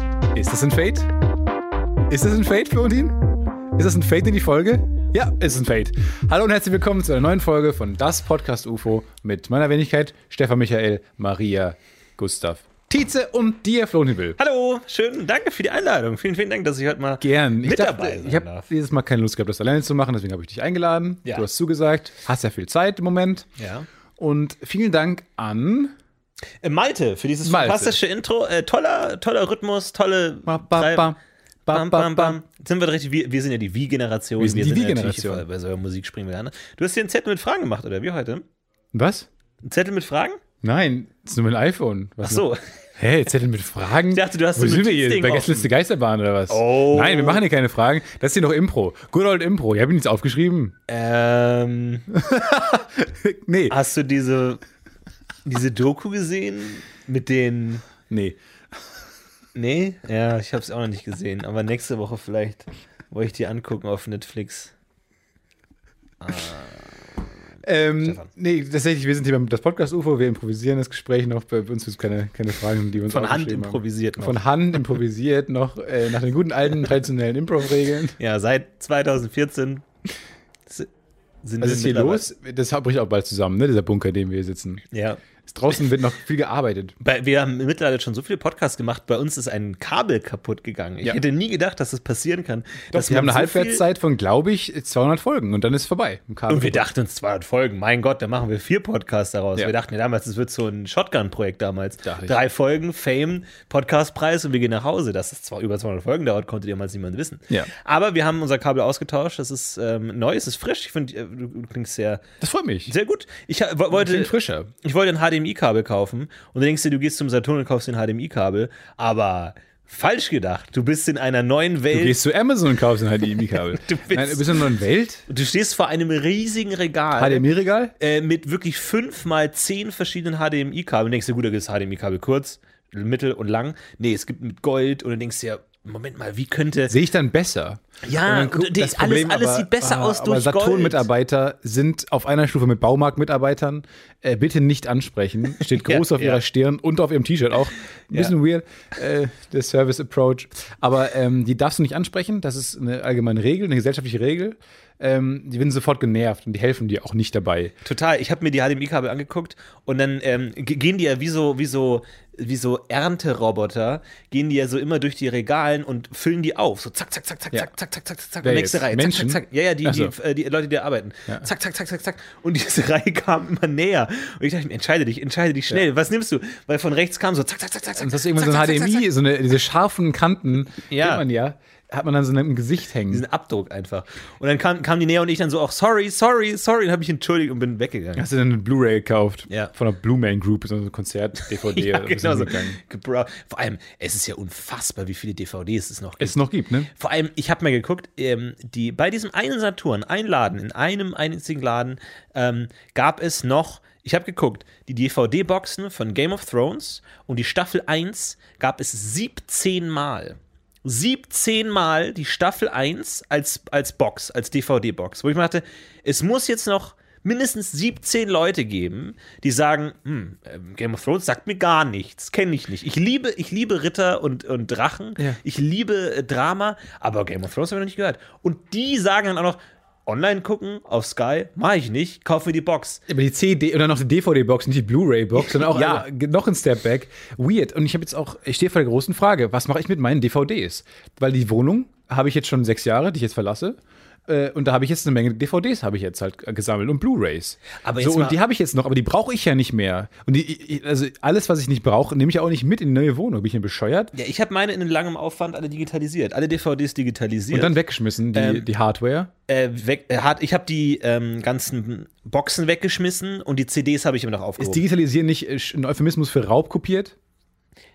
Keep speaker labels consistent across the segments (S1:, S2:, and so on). S1: ein Fade? Ist das ein Fade, Florentin? Ist das ein Fade in die Folge? Ja, ist ein Fade. Hallo und herzlich willkommen zu einer neuen Folge von Das Podcast UFO mit meiner Wenigkeit Stefan Michael, Maria, Gustav, Tietze und dir, Florentin Will.
S2: Hallo, schön, danke für die Einladung. Vielen, vielen Dank, dass ich heute mal
S1: Gern. Ich
S2: mit
S1: dachte,
S2: dabei sein
S1: ich habe
S2: darf.
S1: dieses Mal keine Lust gehabt, das alleine zu machen, deswegen habe ich dich eingeladen.
S2: Ja.
S1: Du hast zugesagt, hast ja viel Zeit im Moment.
S2: Ja.
S1: Und vielen Dank an
S2: Äh, Malte für dieses
S1: Malte.
S2: fantastische Intro. Äh, toller, toller Rhythmus, tolle.
S1: Ba, ba,
S2: drei-
S1: ba, ba,
S2: Bam,
S1: ba,
S2: bam, bam. Sind wir richtig? Wir, wir sind ja die Wie-Generation.
S1: Wir sind die
S2: ja natürlich-
S1: Wie-Generation.
S2: Bei solcher Musik springen wir gerne. Du hast dir einen Zettel mit Fragen gemacht, oder wie heute?
S1: Was?
S2: Ein Zettel mit Fragen?
S1: Nein, das ist nur mein iPhone. Was
S2: Ach so.
S1: Hä, jetzt hätten wir Fragen. Ich
S2: dachte, du hast
S1: Wo
S2: so ein
S1: sind wir hier?
S2: Notizdenken
S1: Bei
S2: offen.
S1: Gästeliste Geisterbahn oder was?
S2: Oh.
S1: Nein, wir machen hier keine Fragen. Das ist hier noch Impro. Good old Impro. Ich habe ihn jetzt aufgeschrieben.
S2: Ähm,
S1: Nee.
S2: hast du diese, diese Doku gesehen? Mit den.
S1: Nee.
S2: Nee? Ja, ich habe es auch noch nicht gesehen. Aber nächste Woche vielleicht wollte ich die angucken auf Netflix.
S1: Ähm,
S2: Stefan.
S1: nee, tatsächlich, wir sind hier beim das Podcast-UFO. Wir improvisieren das Gespräch noch. Bei uns gibt es keine, keine Fragen, die wir uns
S2: Von Hand
S1: aufgeschrieben haben.
S2: improvisiert noch.
S1: Von Hand improvisiert noch äh, nach den guten alten traditionellen Impro-Regeln.
S2: Ja, seit 2014 si- sind
S1: Was
S2: wir
S1: ist hier
S2: mittlerweile-
S1: los? Das bricht auch bald zusammen, ne? dieser Bunker, in dem wir hier sitzen.
S2: Ja.
S1: Ist draußen wird noch viel gearbeitet.
S2: Bei, wir haben mittlerweile schon so viele Podcasts gemacht. Bei uns ist ein Kabel kaputt gegangen. Ich
S1: Ja.
S2: hätte nie gedacht, dass das passieren kann. dass
S1: wir haben eine
S2: so
S1: Halbwertszeit von, glaube ich, 200 Folgen und dann ist vorbei. Im
S2: viel-
S1: Kabel.
S2: Und wir dachten uns 200 Folgen. Mein Gott, da machen wir vier Podcasts daraus.
S1: Ja.
S2: Wir dachten ja damals, es wird so ein Shotgun-Projekt damals.
S1: Dachte ich.
S2: Drei Folgen, Fame, Podcastpreis und wir gehen nach Hause. Dass es zwar über 200 Folgen dauert, konnte damals niemand wissen.
S1: Ja.
S2: Aber wir haben unser Kabel ausgetauscht. Das ist ähm, neu, es ist frisch. Ich finde, äh, du, du klingst sehr,
S1: Das freut mich.
S2: sehr gut. Ich ha- wo- wollte.
S1: Klingt frischer.
S2: ich wollte ein HDMI-Kabel kaufen und du denkst dir, du gehst zum Saturn und kaufst dir ein HDMI-Kabel, aber falsch gedacht, du bist in einer neuen
S1: Du
S2: Welt.
S1: gehst zu Amazon und kaufst halt ein HDMI-Kabel.
S2: Du bist-
S1: E Nein, du bist in einer neuen Welt.
S2: Du, stehst vor einem riesigen Regal
S1: HDMI-Regal?
S2: äh, mit wirklich fünf mal zehn verschiedenen HDMI-Kabeln. Denkst du, gut, da gibt es HDMI-Kabel kurz, mittel und lang. Nee, es gibt mit Gold und dann denkst du ja, Moment mal, wie könnte.
S1: Sehe ich dann besser.
S2: Ja,
S1: Und dann guck-
S2: und Ah, die-
S1: das
S2: alles- alles sieht besser aus
S1: aber
S2: durch
S1: Saturn-Mitarbeiter sind auf einer Stufe mit Baumarkt-Mitarbeitern. Äh, bitte nicht ansprechen. Steht groß
S2: Ja,
S1: auf
S2: ja.
S1: ihrer Stirn und auf ihrem T-Shirt auch. Ein bisschen weird, äh, der Service-Approach. Aber ähm, die darfst du nicht ansprechen. Das ist eine allgemeine Regel, eine gesellschaftliche Regel. Ähm, die werden sofort genervt und die helfen dir auch nicht dabei.
S2: Total, ich habe mir die HDMI-Kabel angeguckt und dann ähm, ge- gehen die ja wie so, wie so, wie so Ernteroboter, gehen die ja so immer durch die Regalen und füllen die auf. So zack, zack, zack, zack,
S1: Ja.
S2: zack, zack, zack, zack, zack, zack,
S1: Wer
S2: nächste
S1: jetzt?
S2: Reihe,
S1: Menschen?
S2: zack, zack, zack. Ja, ja, die,
S1: Ach so.
S2: die, äh, die Leute, die da arbeiten.
S1: Ja.
S2: Zack, zack, zack, zack, zack. Und diese Reihe kam immer näher. Und ich dachte mir, entscheide dich, entscheide dich schnell. Was nimmst du? Weil von rechts kam so zack, zack, zack, zack, zack.
S1: Und das ist irgendwann so ein
S2: zack, zack, zack,
S1: HDMI, so eine, diese scharfen Kanten,
S2: Ja.
S1: kennt man ja, hat man dann so im Gesicht hängen.
S2: Diesen Abdruck einfach. Und dann kam, kam die näher und ich dann so auch, sorry, sorry, sorry, und habe mich entschuldigt und bin weggegangen.
S1: Hast du denn eine Blu-ray gekauft?
S2: Ja.
S1: Von der Blue Man Group, so ein Konzert-DVD.
S2: Ja,
S1: oder bist du
S2: genau so.
S1: hingegangen?
S2: Gebra- Vor allem, es ist ja unfassbar, wie viele DVDs es noch gibt.
S1: Es noch gibt, ne?
S2: Vor allem, ich habe mal geguckt, ähm, die, bei diesem einen Saturn, ein Laden, in einem einzigen Laden, ähm, gab es noch, ich habe geguckt, die DVD-Boxen von Game of Thrones und die Staffel 1 gab es 17 Mal. 17 Mal die Staffel 1 als, als Box, als DVD-Box, wo ich mir dachte, es muss jetzt noch mindestens 17 Leute geben, die sagen, hm, ähm, Game of Thrones sagt mir gar nichts, kenne ich nicht. Ich liebe, ich liebe Ritter und, und Drachen,
S1: Ja.
S2: ich liebe äh, Drama, aber Game of Thrones habe ich noch nicht gehört. Und die sagen dann auch noch, online gucken auf Sky, mache ich nicht, kauf mir die Box.
S1: Aber die CD oder noch die DVD-Box, nicht die Blu-ray-Box, sondern auch
S2: Ja.
S1: also, noch ein Step Back. Weird. Und ich habe jetzt auch, ich stehe vor der großen Frage, was mache ich mit meinen DVDs? Weil die Wohnung habe ich jetzt schon sechs Jahre, die ich jetzt verlasse. Äh, Und da habe ich jetzt eine Menge DVDs habe ich jetzt halt gesammelt und Blu-rays.
S2: Aber
S1: so,
S2: jetzt mal-
S1: und die habe ich jetzt noch, aber die brauche ich ja nicht mehr. Und die, ich- also alles, was ich nicht brauche, nehme ich auch nicht mit in die neue Wohnung. Bin ich denn bescheuert?
S2: Ja, ich habe meine in langem Aufwand alle digitalisiert, alle DVDs digitalisiert.
S1: Und dann weggeschmissen, die,
S2: Ähm,
S1: die Hardware.
S2: äh, weg, äh, hat, ich habe die ähm, ganzen Boxen weggeschmissen und die CDs habe ich immer noch
S1: Ist
S2: aufgehoben.
S1: Digitalisieren nicht äh, ein Euphemismus für Raub kopiert?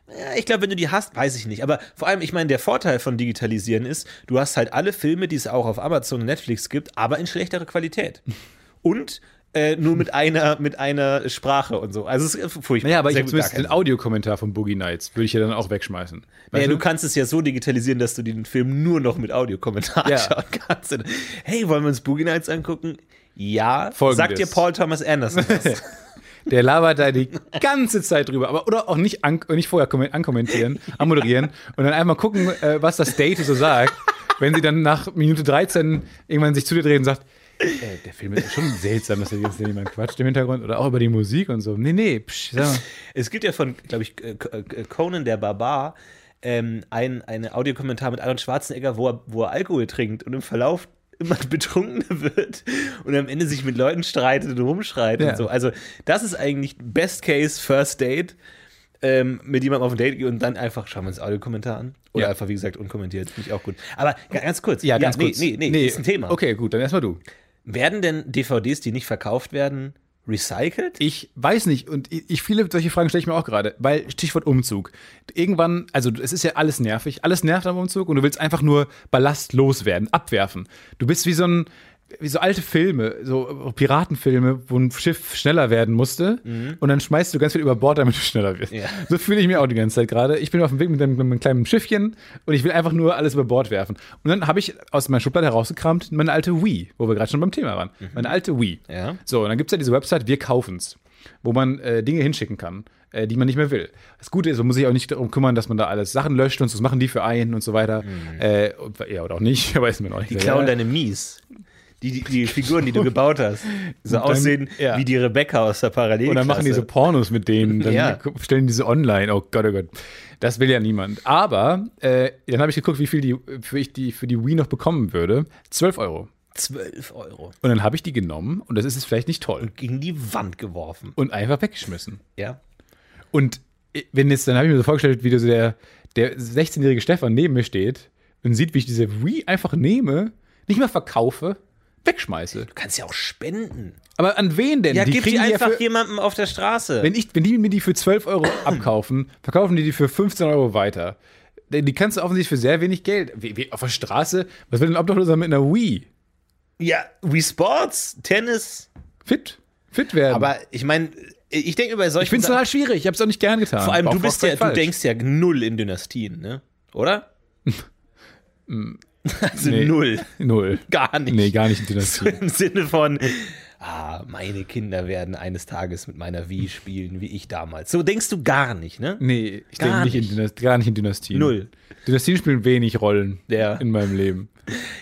S2: Ja, ich glaube, wenn du die hast, weiß ich nicht. Aber vor allem, ich meine, der Vorteil von Digitalisieren ist, du hast halt alle Filme, die es auch auf Amazon und Netflix gibt, aber in schlechterer Qualität. Und äh, nur mit einer, mit einer Sprache und so. Also es ist furchtbar.
S1: Naja, aber ich
S2: Sehr
S1: habe
S2: gut, gar
S1: zumindest den
S2: keinen Sinn.
S1: Audiokommentar von Boogie Nights, würde ich ja dann auch wegschmeißen.
S2: naja,
S1: Weißt
S2: du kannst es ja so digitalisieren, dass du den Film nur noch mit Audiokommentar
S1: Ja.
S2: anschauen kannst. Hey, wollen wir uns Boogie Nights angucken? Ja.
S1: Folgendes.
S2: Sagt dir Paul Thomas Anderson das?
S1: Der labert da die ganze Zeit drüber. Aber, oder auch nicht, an, nicht vorher kommen- ankommentieren, anmoderieren und dann einmal gucken, äh, was das Date so sagt. Wenn sie dann nach Minute 13 irgendwann sich zu dir dreht und sagt, äh, der Film ist schon seltsam, dass da jetzt jemand quatscht im Hintergrund oder auch über die Musik und so. Nee, nee, psch, sag mal.
S2: Es gibt ja von, glaube ich, äh, äh, Conan der Barbar ähm, ein, einen Audiokommentar mit Arnold Schwarzenegger, wo er, wo er Alkohol trinkt und im Verlauf immer betrunkener wird und am Ende sich mit Leuten streitet und rumschreit
S1: Ja.
S2: und so. Also das ist eigentlich Best Case First Date. Ähm, mit jemandem auf ein Date gehen und dann einfach schauen wir uns Audiokommentar an. Oder
S1: Ja.
S2: einfach, wie gesagt, unkommentiert. Finde ich auch gut. Aber ga- ganz kurz.
S1: Ja, ganz kurz.
S2: Nee, nee, nee, ist ein Thema.
S1: Okay, gut, dann erstmal du.
S2: Werden denn DVDs, die nicht verkauft werden, recycelt?
S1: Ich weiß nicht und ich, ich viele solche Fragen stelle ich mir auch gerade, weil Stichwort Umzug. Irgendwann, also es ist ja alles nervig, alles nervt am Umzug und du willst einfach nur Ballast loswerden, abwerfen. Du bist wie so ein wie so alte Filme, so Piratenfilme, wo ein Schiff schneller werden musste und dann schmeißt du ganz viel über Bord, damit du schneller wirst.
S2: Mhm. Ja.
S1: So fühle ich mich auch die ganze Zeit gerade. Ich bin auf dem Weg mit einem, mit einem kleinen Schiffchen und ich will einfach nur alles über Bord werfen. Und dann habe ich aus meiner Schublade herausgekramt meine alte Wii, wo wir gerade schon beim Thema waren. Meine alte Wii.
S2: Mhm. Ja.
S1: So, und dann gibt es ja diese Website Wir kaufen's, wo man äh, Dinge hinschicken kann, äh, die man nicht mehr will. Das Gute ist, man muss sich auch nicht darum kümmern, dass man da alles Sachen löscht und so, das machen die für einen und so weiter. Äh, und- ja, oder auch nicht, weiß man auch nicht.
S2: Mhm. Die klauen
S1: ja.
S2: deine Mies. Die, die, die Figuren, die du gebaut hast, so
S1: Und dann-
S2: aussehen
S1: ja.
S2: wie die Rebecca aus der Parallelklasse.
S1: Und dann machen die so Pornos mit denen, dann
S2: Ja.
S1: stellen die so online. Oh Gott, oh Gott. Das will ja niemand. Aber äh, dann habe ich geguckt, wie viel die, für ich die für die Wii noch bekommen würde. 12 Euro.
S2: 12 Euro
S1: Und dann habe ich die genommen und das ist jetzt vielleicht nicht toll.
S2: gegen die Wand geworfen.
S1: Und einfach weggeschmissen.
S2: Ja.
S1: Und wenn jetzt, dann habe ich mir so vorgestellt, wie so der, der 16-jährige Stefan neben mir steht und sieht, wie ich diese Wii einfach nehme, nicht mal verkaufe, wegschmeiße.
S2: Du kannst ja auch spenden.
S1: Aber an wen denn?
S2: Ja, gib die einfach
S1: für,
S2: jemandem auf der Straße.
S1: wenn, ich, wenn die mir die für 12 Euro abkaufen, verkaufen die die für 15 Euro weiter. Die die kannst du offensichtlich für sehr wenig Geld. Wie, wie, auf der Straße, was will denn ein Obdachloser mit einer Wii?
S2: ja, Wii Sports, Tennis.
S1: Fit. Fit werden.
S2: Aber ich meine, ich denke über solche
S1: ich finde es total schwierig. Ich habe es auch nicht gern getan.
S2: Vor allem,
S1: War
S2: du
S1: auch
S2: bist ja,
S1: vollkommen
S2: du
S1: falsch.
S2: denkst ja null in Dynastien, ne? Oder? also
S1: nee.
S2: null.
S1: Null.
S2: Gar nicht.
S1: Nee, gar nicht in Dynastie.
S2: So im Sinne von, ah, meine Kinder werden eines Tages mit meiner Wii spielen, wie ich damals. So denkst du gar nicht, ne?
S1: Nee, ich denke
S2: Gar
S1: nicht, in
S2: nicht.
S1: Dynastien, gar nicht in Dynastien.
S2: Null.
S1: Dynastien spielen wenig Rollen
S2: Ja.
S1: in meinem Leben.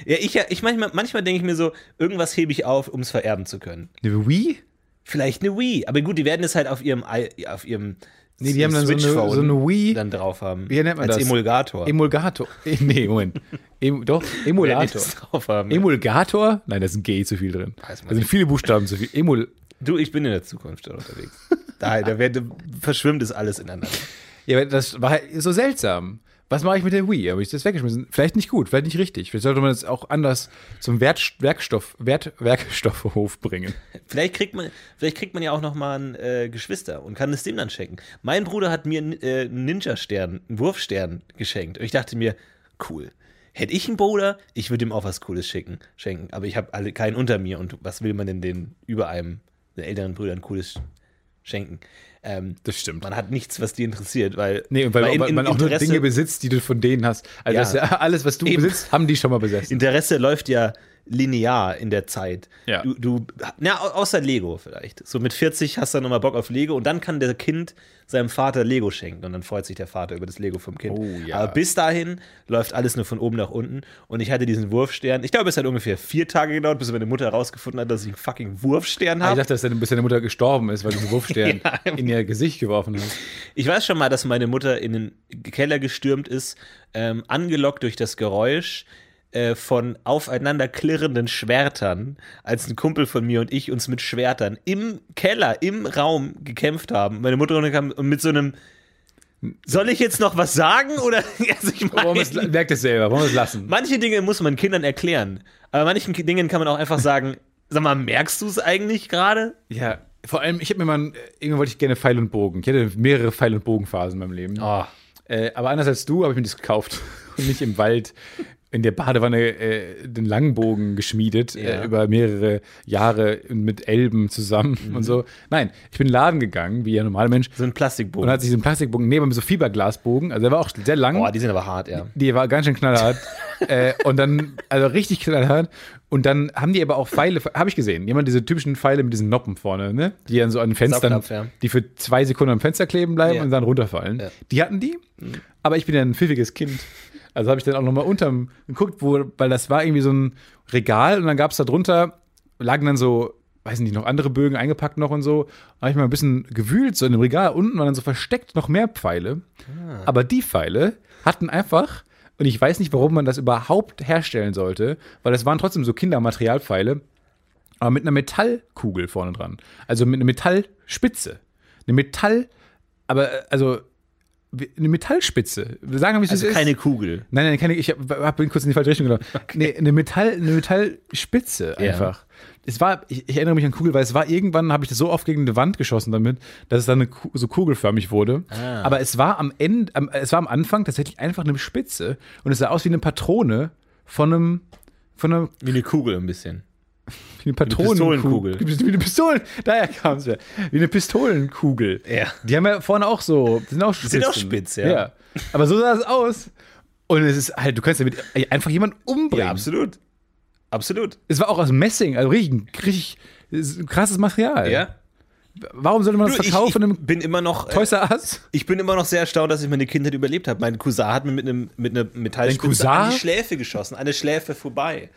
S2: Ja, ich, ja- ich manchmal, manchmal denke ich mir so, irgendwas hebe ich auf, um es vererben zu können.
S1: Eine Wii?
S2: Vielleicht eine Wii. Aber gut, die werden es halt auf ihrem, i- auf ihrem
S1: Nee, die haben dann so eine,
S2: Switch-Phone
S1: so eine Wii
S2: dann drauf haben.
S1: Wie nennt man
S2: als
S1: das?
S2: Emulgator.
S1: Emulgator. Eh, Nee, Moment. Em, doch,
S2: Werden die
S1: Emulator.
S2: das drauf haben.
S1: Emulgator? Nein, da ist ein G zu viel drin. Da
S2: Weiß man
S1: sind viele Buchstaben zu viel. Emul
S2: du, ich bin in der Zukunft dort unterwegs. da, da wird, verschwimmt es alles ineinander.
S1: ja, aber das war halt so seltsam. Was mache ich mit der Wii? Habe ich das weggeschmissen? Vielleicht nicht gut, vielleicht nicht richtig. Vielleicht sollte man das auch anders zum Wert, Werkstoff, Wert, Werkstoffhof bringen.
S2: Vielleicht kriegt man, vielleicht kriegt man ja auch noch mal einen äh, Geschwister und kann es dem dann schenken. Mein Bruder hat mir einen äh, einen Ninja-Stern, einen Wurfstern geschenkt. Und ich dachte mir, cool. Hätte ich einen Bruder, ich würde ihm auch was Cooles schicken, schenken. Aber ich habe alle keinen unter mir. Und was will man denn den über einem, den älteren Brüdern Cooles schenken? Ähm,
S1: Das stimmt.
S2: man hat nichts, was die interessiert, weil
S1: Nee, und weil,
S2: in-
S1: weil
S2: in
S1: man auch nur
S2: Interesse-
S1: Dinge besitzt, die du von denen hast. Also
S2: Ja.
S1: das ist ja alles, was du
S2: Eben.
S1: besitzt, haben die schon mal besessen.
S2: Interesse läuft ja linear in der Zeit.
S1: Ja.
S2: Du, du, na, au- außer Lego vielleicht. So mit 40 hast du dann nochmal Bock auf Lego und dann kann der Kind seinem Vater Lego schenken und dann freut sich der Vater über das Lego vom Kind.
S1: Oh, ja.
S2: Aber bis dahin läuft alles nur von oben nach unten und ich hatte diesen Wurfstern. Ich glaube, es hat ungefähr vier Tage gedauert, bis meine Mutter herausgefunden hat, dass ich einen fucking Wurfstern
S1: Ah, ich
S2: habe.
S1: dachte, dass deine, bis deine Mutter gestorben ist, weil du den Wurfstern
S2: Ja.
S1: in ihr Gesicht geworfen hast.
S2: Ich weiß schon mal, dass meine Mutter in den Keller gestürmt ist, ähm, angelockt durch das Geräusch äh, von aufeinander klirrenden Schwertern, als ein Kumpel von mir und ich uns mit Schwertern im Keller, im Raum gekämpft haben. Meine Mutter kam und mit so einem soll ich jetzt noch was sagen? Oder also ich
S1: Wollen wir es,
S2: meine,
S1: merkt es selber, wollen wir es lassen.
S2: manche Dinge muss man Kindern erklären, aber manchen Ki- Dingen kann man auch einfach sagen, sag mal, merkst du es eigentlich gerade?
S1: Ja, vor allem, ich habe mir mal, ein- irgendwann wollte ich gerne Pfeil und Bogen. Ich hatte mehrere Pfeil- und Bogenphasen in meinem Leben.
S2: Oh.
S1: Äh, aber anders als du habe ich mir das gekauft und nicht im Wald in der Badewanne äh, den Langbogen geschmiedet
S2: Ja.
S1: äh, über mehrere Jahre und mit Elben zusammen
S2: Mhm.
S1: und so. Nein, ich bin in den Laden gegangen, wie ein normaler Mensch,
S2: So ein
S1: und
S2: Plastikbogen.
S1: hat sich diesen Plastikbogen neben so Fiberglasbogen, also der war auch sehr lang.
S2: Boah, die sind aber hart, ja.
S1: Die war ganz schön knallhart. äh, und dann, also richtig knallhart. Und dann haben die aber auch Pfeile, habe ich gesehen, jemand diese typischen Pfeile mit diesen Noppen vorne, ne? Die dann so an den Fenstern,
S2: Saugnapf, ja.
S1: die für zwei Sekunden am Fenster kleben bleiben
S2: Ja.
S1: und dann runterfallen.
S2: Ja. Mhm.
S1: Die hatten die, aber ich bin ja ein pfiffiges Kind. Also habe ich dann auch nochmal unterm geguckt, wo, weil das war irgendwie so ein Regal und dann gab es da drunter, lagen dann so, weiß nicht, noch andere Bögen eingepackt noch und so. Da habe ich mal ein bisschen gewühlt, so in dem Regal unten waren dann so versteckt noch mehr Pfeile. Ah. Aber die Pfeile hatten einfach, und ich weiß nicht, warum man das überhaupt herstellen sollte, weil das waren trotzdem so Kindermaterialpfeile, aber mit einer Metallkugel vorne dran. Also mit einer Metallspitze. Eine Metall, aber äh, also wie- eine Metallspitze. Sagen wir, wie es
S2: Also
S1: ist.
S2: keine Kugel.
S1: Nein, nein, keine, ich hab- hab, bin kurz in die falsche Richtung gelaufen. Nee, eine, Metall, eine Metallspitze
S2: Ja.
S1: einfach. Es war, ich, ich erinnere mich an Kugel, weil es war irgendwann, habe ich das so oft gegen eine Wand geschossen damit, dass es dann eine, Ku- so kugelförmig wurde.
S2: Ah.
S1: Aber es war am Ende, am, es war am Anfang tatsächlich einfach eine Spitze und es sah aus wie eine Patrone von einem, von einer
S2: Wie eine Kugel ein bisschen.
S1: wie eine Patronenkugel.
S2: Pistolenkugel.
S1: Wie eine Pistolen, daher kam es ja. Wie eine Pistolenkugel.
S2: Ja.
S1: Die haben ja vorne auch so, die sind auch spitz.
S2: sind auch spitz, ja.
S1: Aber so sah es aus. Und es ist halt, du kannst damit einfach jemanden umbringen.
S2: Ja, absolut. Absolut.
S1: es war auch aus Messing, also richtig, richtig es ist ein krasses Material.
S2: Ja.
S1: Warum sollte man das
S2: Du, ich,
S1: verkaufen
S2: ich
S1: im
S2: bin immer noch äh,
S1: Toys R Us?
S2: ich bin immer noch sehr erstaunt, dass ich meine Kindheit überlebt habe. Mein Cousin hat mir mit einem mit einer Metallspitze
S1: Cousin?
S2: an die Schläfe geschossen, an der Schläfe vorbei.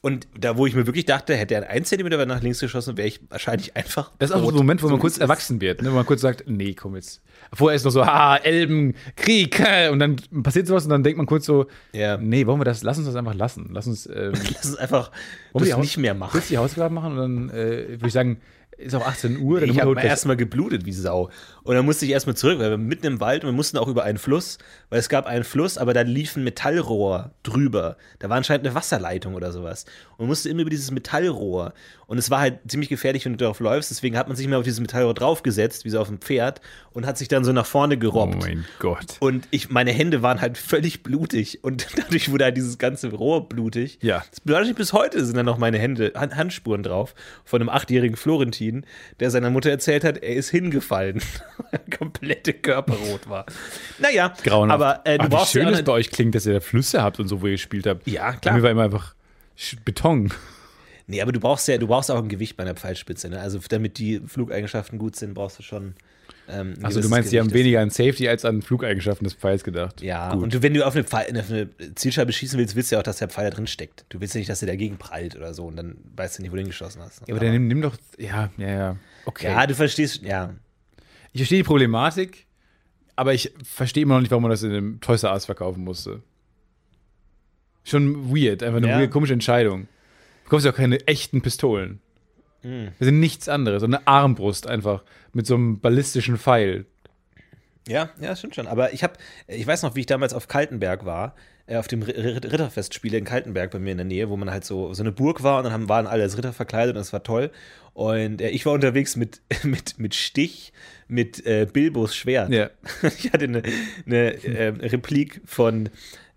S2: Und da, wo ich mir wirklich dachte, hätte er einen Zentimeter nach links geschossen, wäre ich wahrscheinlich einfach.
S1: Das ist auch so ein Moment, wo man kurz erwachsen wird, ne? wo man kurz sagt, nee, komm jetzt. Vorher ist noch so, ha, Elben, Krieg, äh, und dann passiert sowas und dann denkt man kurz so,
S2: Ja.
S1: nee, wollen wir das, lass uns das einfach lassen. Lass uns, ähm,
S2: Das ist einfach
S1: Wollen wir
S2: das
S1: die
S2: nicht
S1: Haus-
S2: mehr machen.
S1: Kurz die Hausaufgaben machen und dann äh, würde ich sagen, ist auch 18 Uhr. Dann
S2: Ich
S1: holt
S2: habe
S1: das-
S2: erstmal geblutet wie Sau. Und dann musste ich erstmal zurück, weil wir mitten im Wald und wir mussten auch über einen Fluss, weil es gab einen Fluss, aber da lief ein Metallrohr drüber. Da war anscheinend eine Wasserleitung oder sowas. Und musste immer über dieses Metallrohr. Und es war halt ziemlich gefährlich, wenn du darauf läufst. Deswegen hat man sich immer auf dieses Metallrohr draufgesetzt, wie so auf dem Pferd, und hat sich dann so nach vorne
S1: oh
S2: gerobbt.
S1: mein Gott.
S2: Und ich, meine Hände waren halt völlig blutig und dadurch wurde halt dieses ganze Rohr blutig.
S1: Ja.
S2: Das bedeutet, bis heute sind da noch meine Hände, Han- Handspuren drauf von einem achtjährigen Florentin, der seiner Mutter erzählt hat, er ist hingefallen. Komplette Körperrot war. Naja,
S1: Grauenhaft.
S2: aber äh, du
S1: Ach, wie
S2: brauchst
S1: schön
S2: ja auch
S1: das
S2: eine,
S1: bei euch klingt, dass ihr da Flüsse habt und so, wo ihr gespielt habt.
S2: Ja,
S1: Bei
S2: klar.
S1: Mir war immer einfach Sch- Beton.
S2: Nee, aber du brauchst ja, du brauchst auch ein Gewicht bei einer Pfeilspitze, ne? Also damit die Flugeigenschaften gut sind, brauchst du schon ähm, ein
S1: Also du
S2: gewisses
S1: meinst, die haben
S2: Gewicht.
S1: weniger an Safety als an Flugeigenschaften des Pfeils gedacht.
S2: Ja,
S1: Gut.
S2: und du, wenn du auf eine, Pfeil, auf eine Zielscheibe schießen willst, willst du ja auch, dass der Pfeil da drin steckt. Du willst ja nicht, dass der dagegen prallt oder so und dann weißt du nicht, wo du hingeschossen hast.
S1: ja, aber dann nimm, nimm doch, ja, ja, ja. Okay.
S2: ja, du verstehst, ja.
S1: Ich verstehe die Problematik, aber ich verstehe immer noch nicht, warum man das in einem Toys R Us verkaufen musste. Schon weird, einfach eine
S2: Ja.
S1: weird, komische Entscheidung. Du kaufst ja auch keine echten Pistolen.
S2: Mhm.
S1: Das sind nichts anderes, sondern eine Armbrust einfach mit so einem ballistischen Pfeil.
S2: Ja, ja, stimmt schon. Aber ich habe, ich weiß noch, wie ich damals auf Kaltenberg war, äh, auf dem Ri- Ri- Ritterfestspiele in Kaltenberg bei mir in der Nähe, wo man halt so, so eine Burg war und dann haben, waren alle als Ritter verkleidet und das war toll. Und äh, ich war unterwegs mit, mit, mit Stich, mit äh, Bilbos Schwert.
S1: Ja.
S2: Ich hatte eine, eine äh, Replik von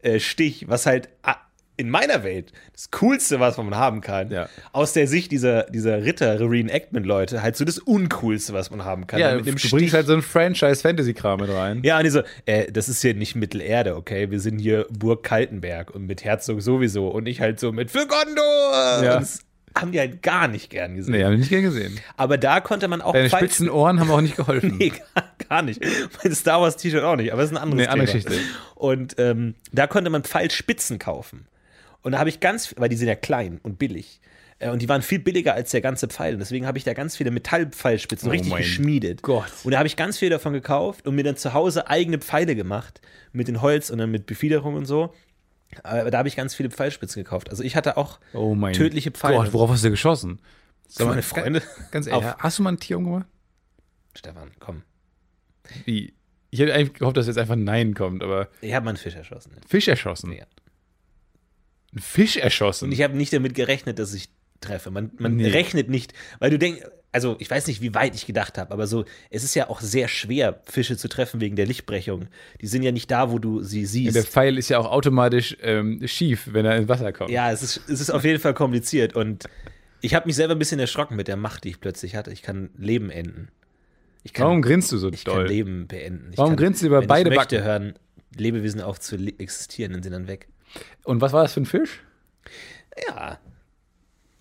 S2: äh, Stich, was halt ah, in meiner Welt das Coolste, was man haben kann.
S1: Ja.
S2: Aus der Sicht dieser, dieser Ritter-Reenactment-Leute halt so das Uncoolste, was man haben kann.
S1: Ja,
S2: Dann mit
S1: du
S2: dem
S1: bringst
S2: Stich
S1: halt so einen Franchise-Fantasy-Kram mit rein.
S2: ja, und die so, äh, das ist hier nicht Mittelerde, okay? Wir sind hier Burg Kaltenberg und mit Herzog sowieso und ich halt so mit für Gondor.
S1: Ja.
S2: Und das haben die halt gar nicht gern gesehen.
S1: Nee, haben wir nicht gern gesehen.
S2: Aber da konnte man auch
S1: Deine
S2: Pfeil-
S1: spitzen Ohren haben auch nicht geholfen.
S2: Nee, gar, gar nicht. Mein Star Wars T-Shirt auch nicht, aber das ist ein anderes
S1: Nee, andere
S2: Thema.
S1: Geschichte.
S2: Und ähm, da konnte man Pfeilspitzen kaufen. Und da habe ich ganz, weil die sind ja klein und billig. Äh, Und die waren viel billiger als der ganze Pfeil. Und deswegen habe ich da ganz viele Metallpfeilspitzen
S1: Oh
S2: richtig
S1: mein
S2: geschmiedet.
S1: Gott.
S2: Und da habe ich ganz viel davon gekauft und mir dann zu Hause eigene Pfeile gemacht. Mit dem Holz und dann mit Befiederung und so. Aber da habe ich ganz viele Pfeilspitzen gekauft. Also ich hatte auch
S1: Oh mein
S2: tödliche Pfeile.
S1: Gott, worauf hast du geschossen?
S2: So, meine Freunde.
S1: Ganz ehrlich,
S2: Auf.
S1: hast du mal ein Tier umgebracht?
S2: Stefan, komm.
S1: Wie? Ich hätte eigentlich gehofft, dass jetzt einfach ein Nein kommt, aber
S2: Ich habe mal einen Fisch erschossen.
S1: Fisch erschossen.
S2: Ja.
S1: Ein Fisch erschossen.
S2: Und ich habe nicht damit gerechnet, dass ich treffe. Man, man
S1: Nee.
S2: rechnet nicht, weil du denkst, also ich weiß nicht, wie weit ich gedacht habe, aber so, es ist ja auch sehr schwer, Fische zu treffen wegen der Lichtbrechung. Die sind ja nicht da, wo du sie
S1: Ja, Der
S2: siehst.
S1: Pfeil ist ja auch automatisch ähm, schief, wenn er ins Wasser kommt.
S2: Ja, es ist, es ist auf jeden Fall kompliziert und ich habe mich selber ein bisschen erschrocken mit der Macht, die ich plötzlich hatte. Ich kann Leben enden. Ich kann,
S1: Warum grinst du so
S2: genau. ich kann
S1: doll?
S2: Leben beenden. Ich
S1: Warum
S2: kann,
S1: grinst du über
S2: wenn
S1: beide
S2: ich möchte, hören Lebewesen auf zu le- existieren und sind dann weg.
S1: Und was war das für ein Fisch?
S2: Ja,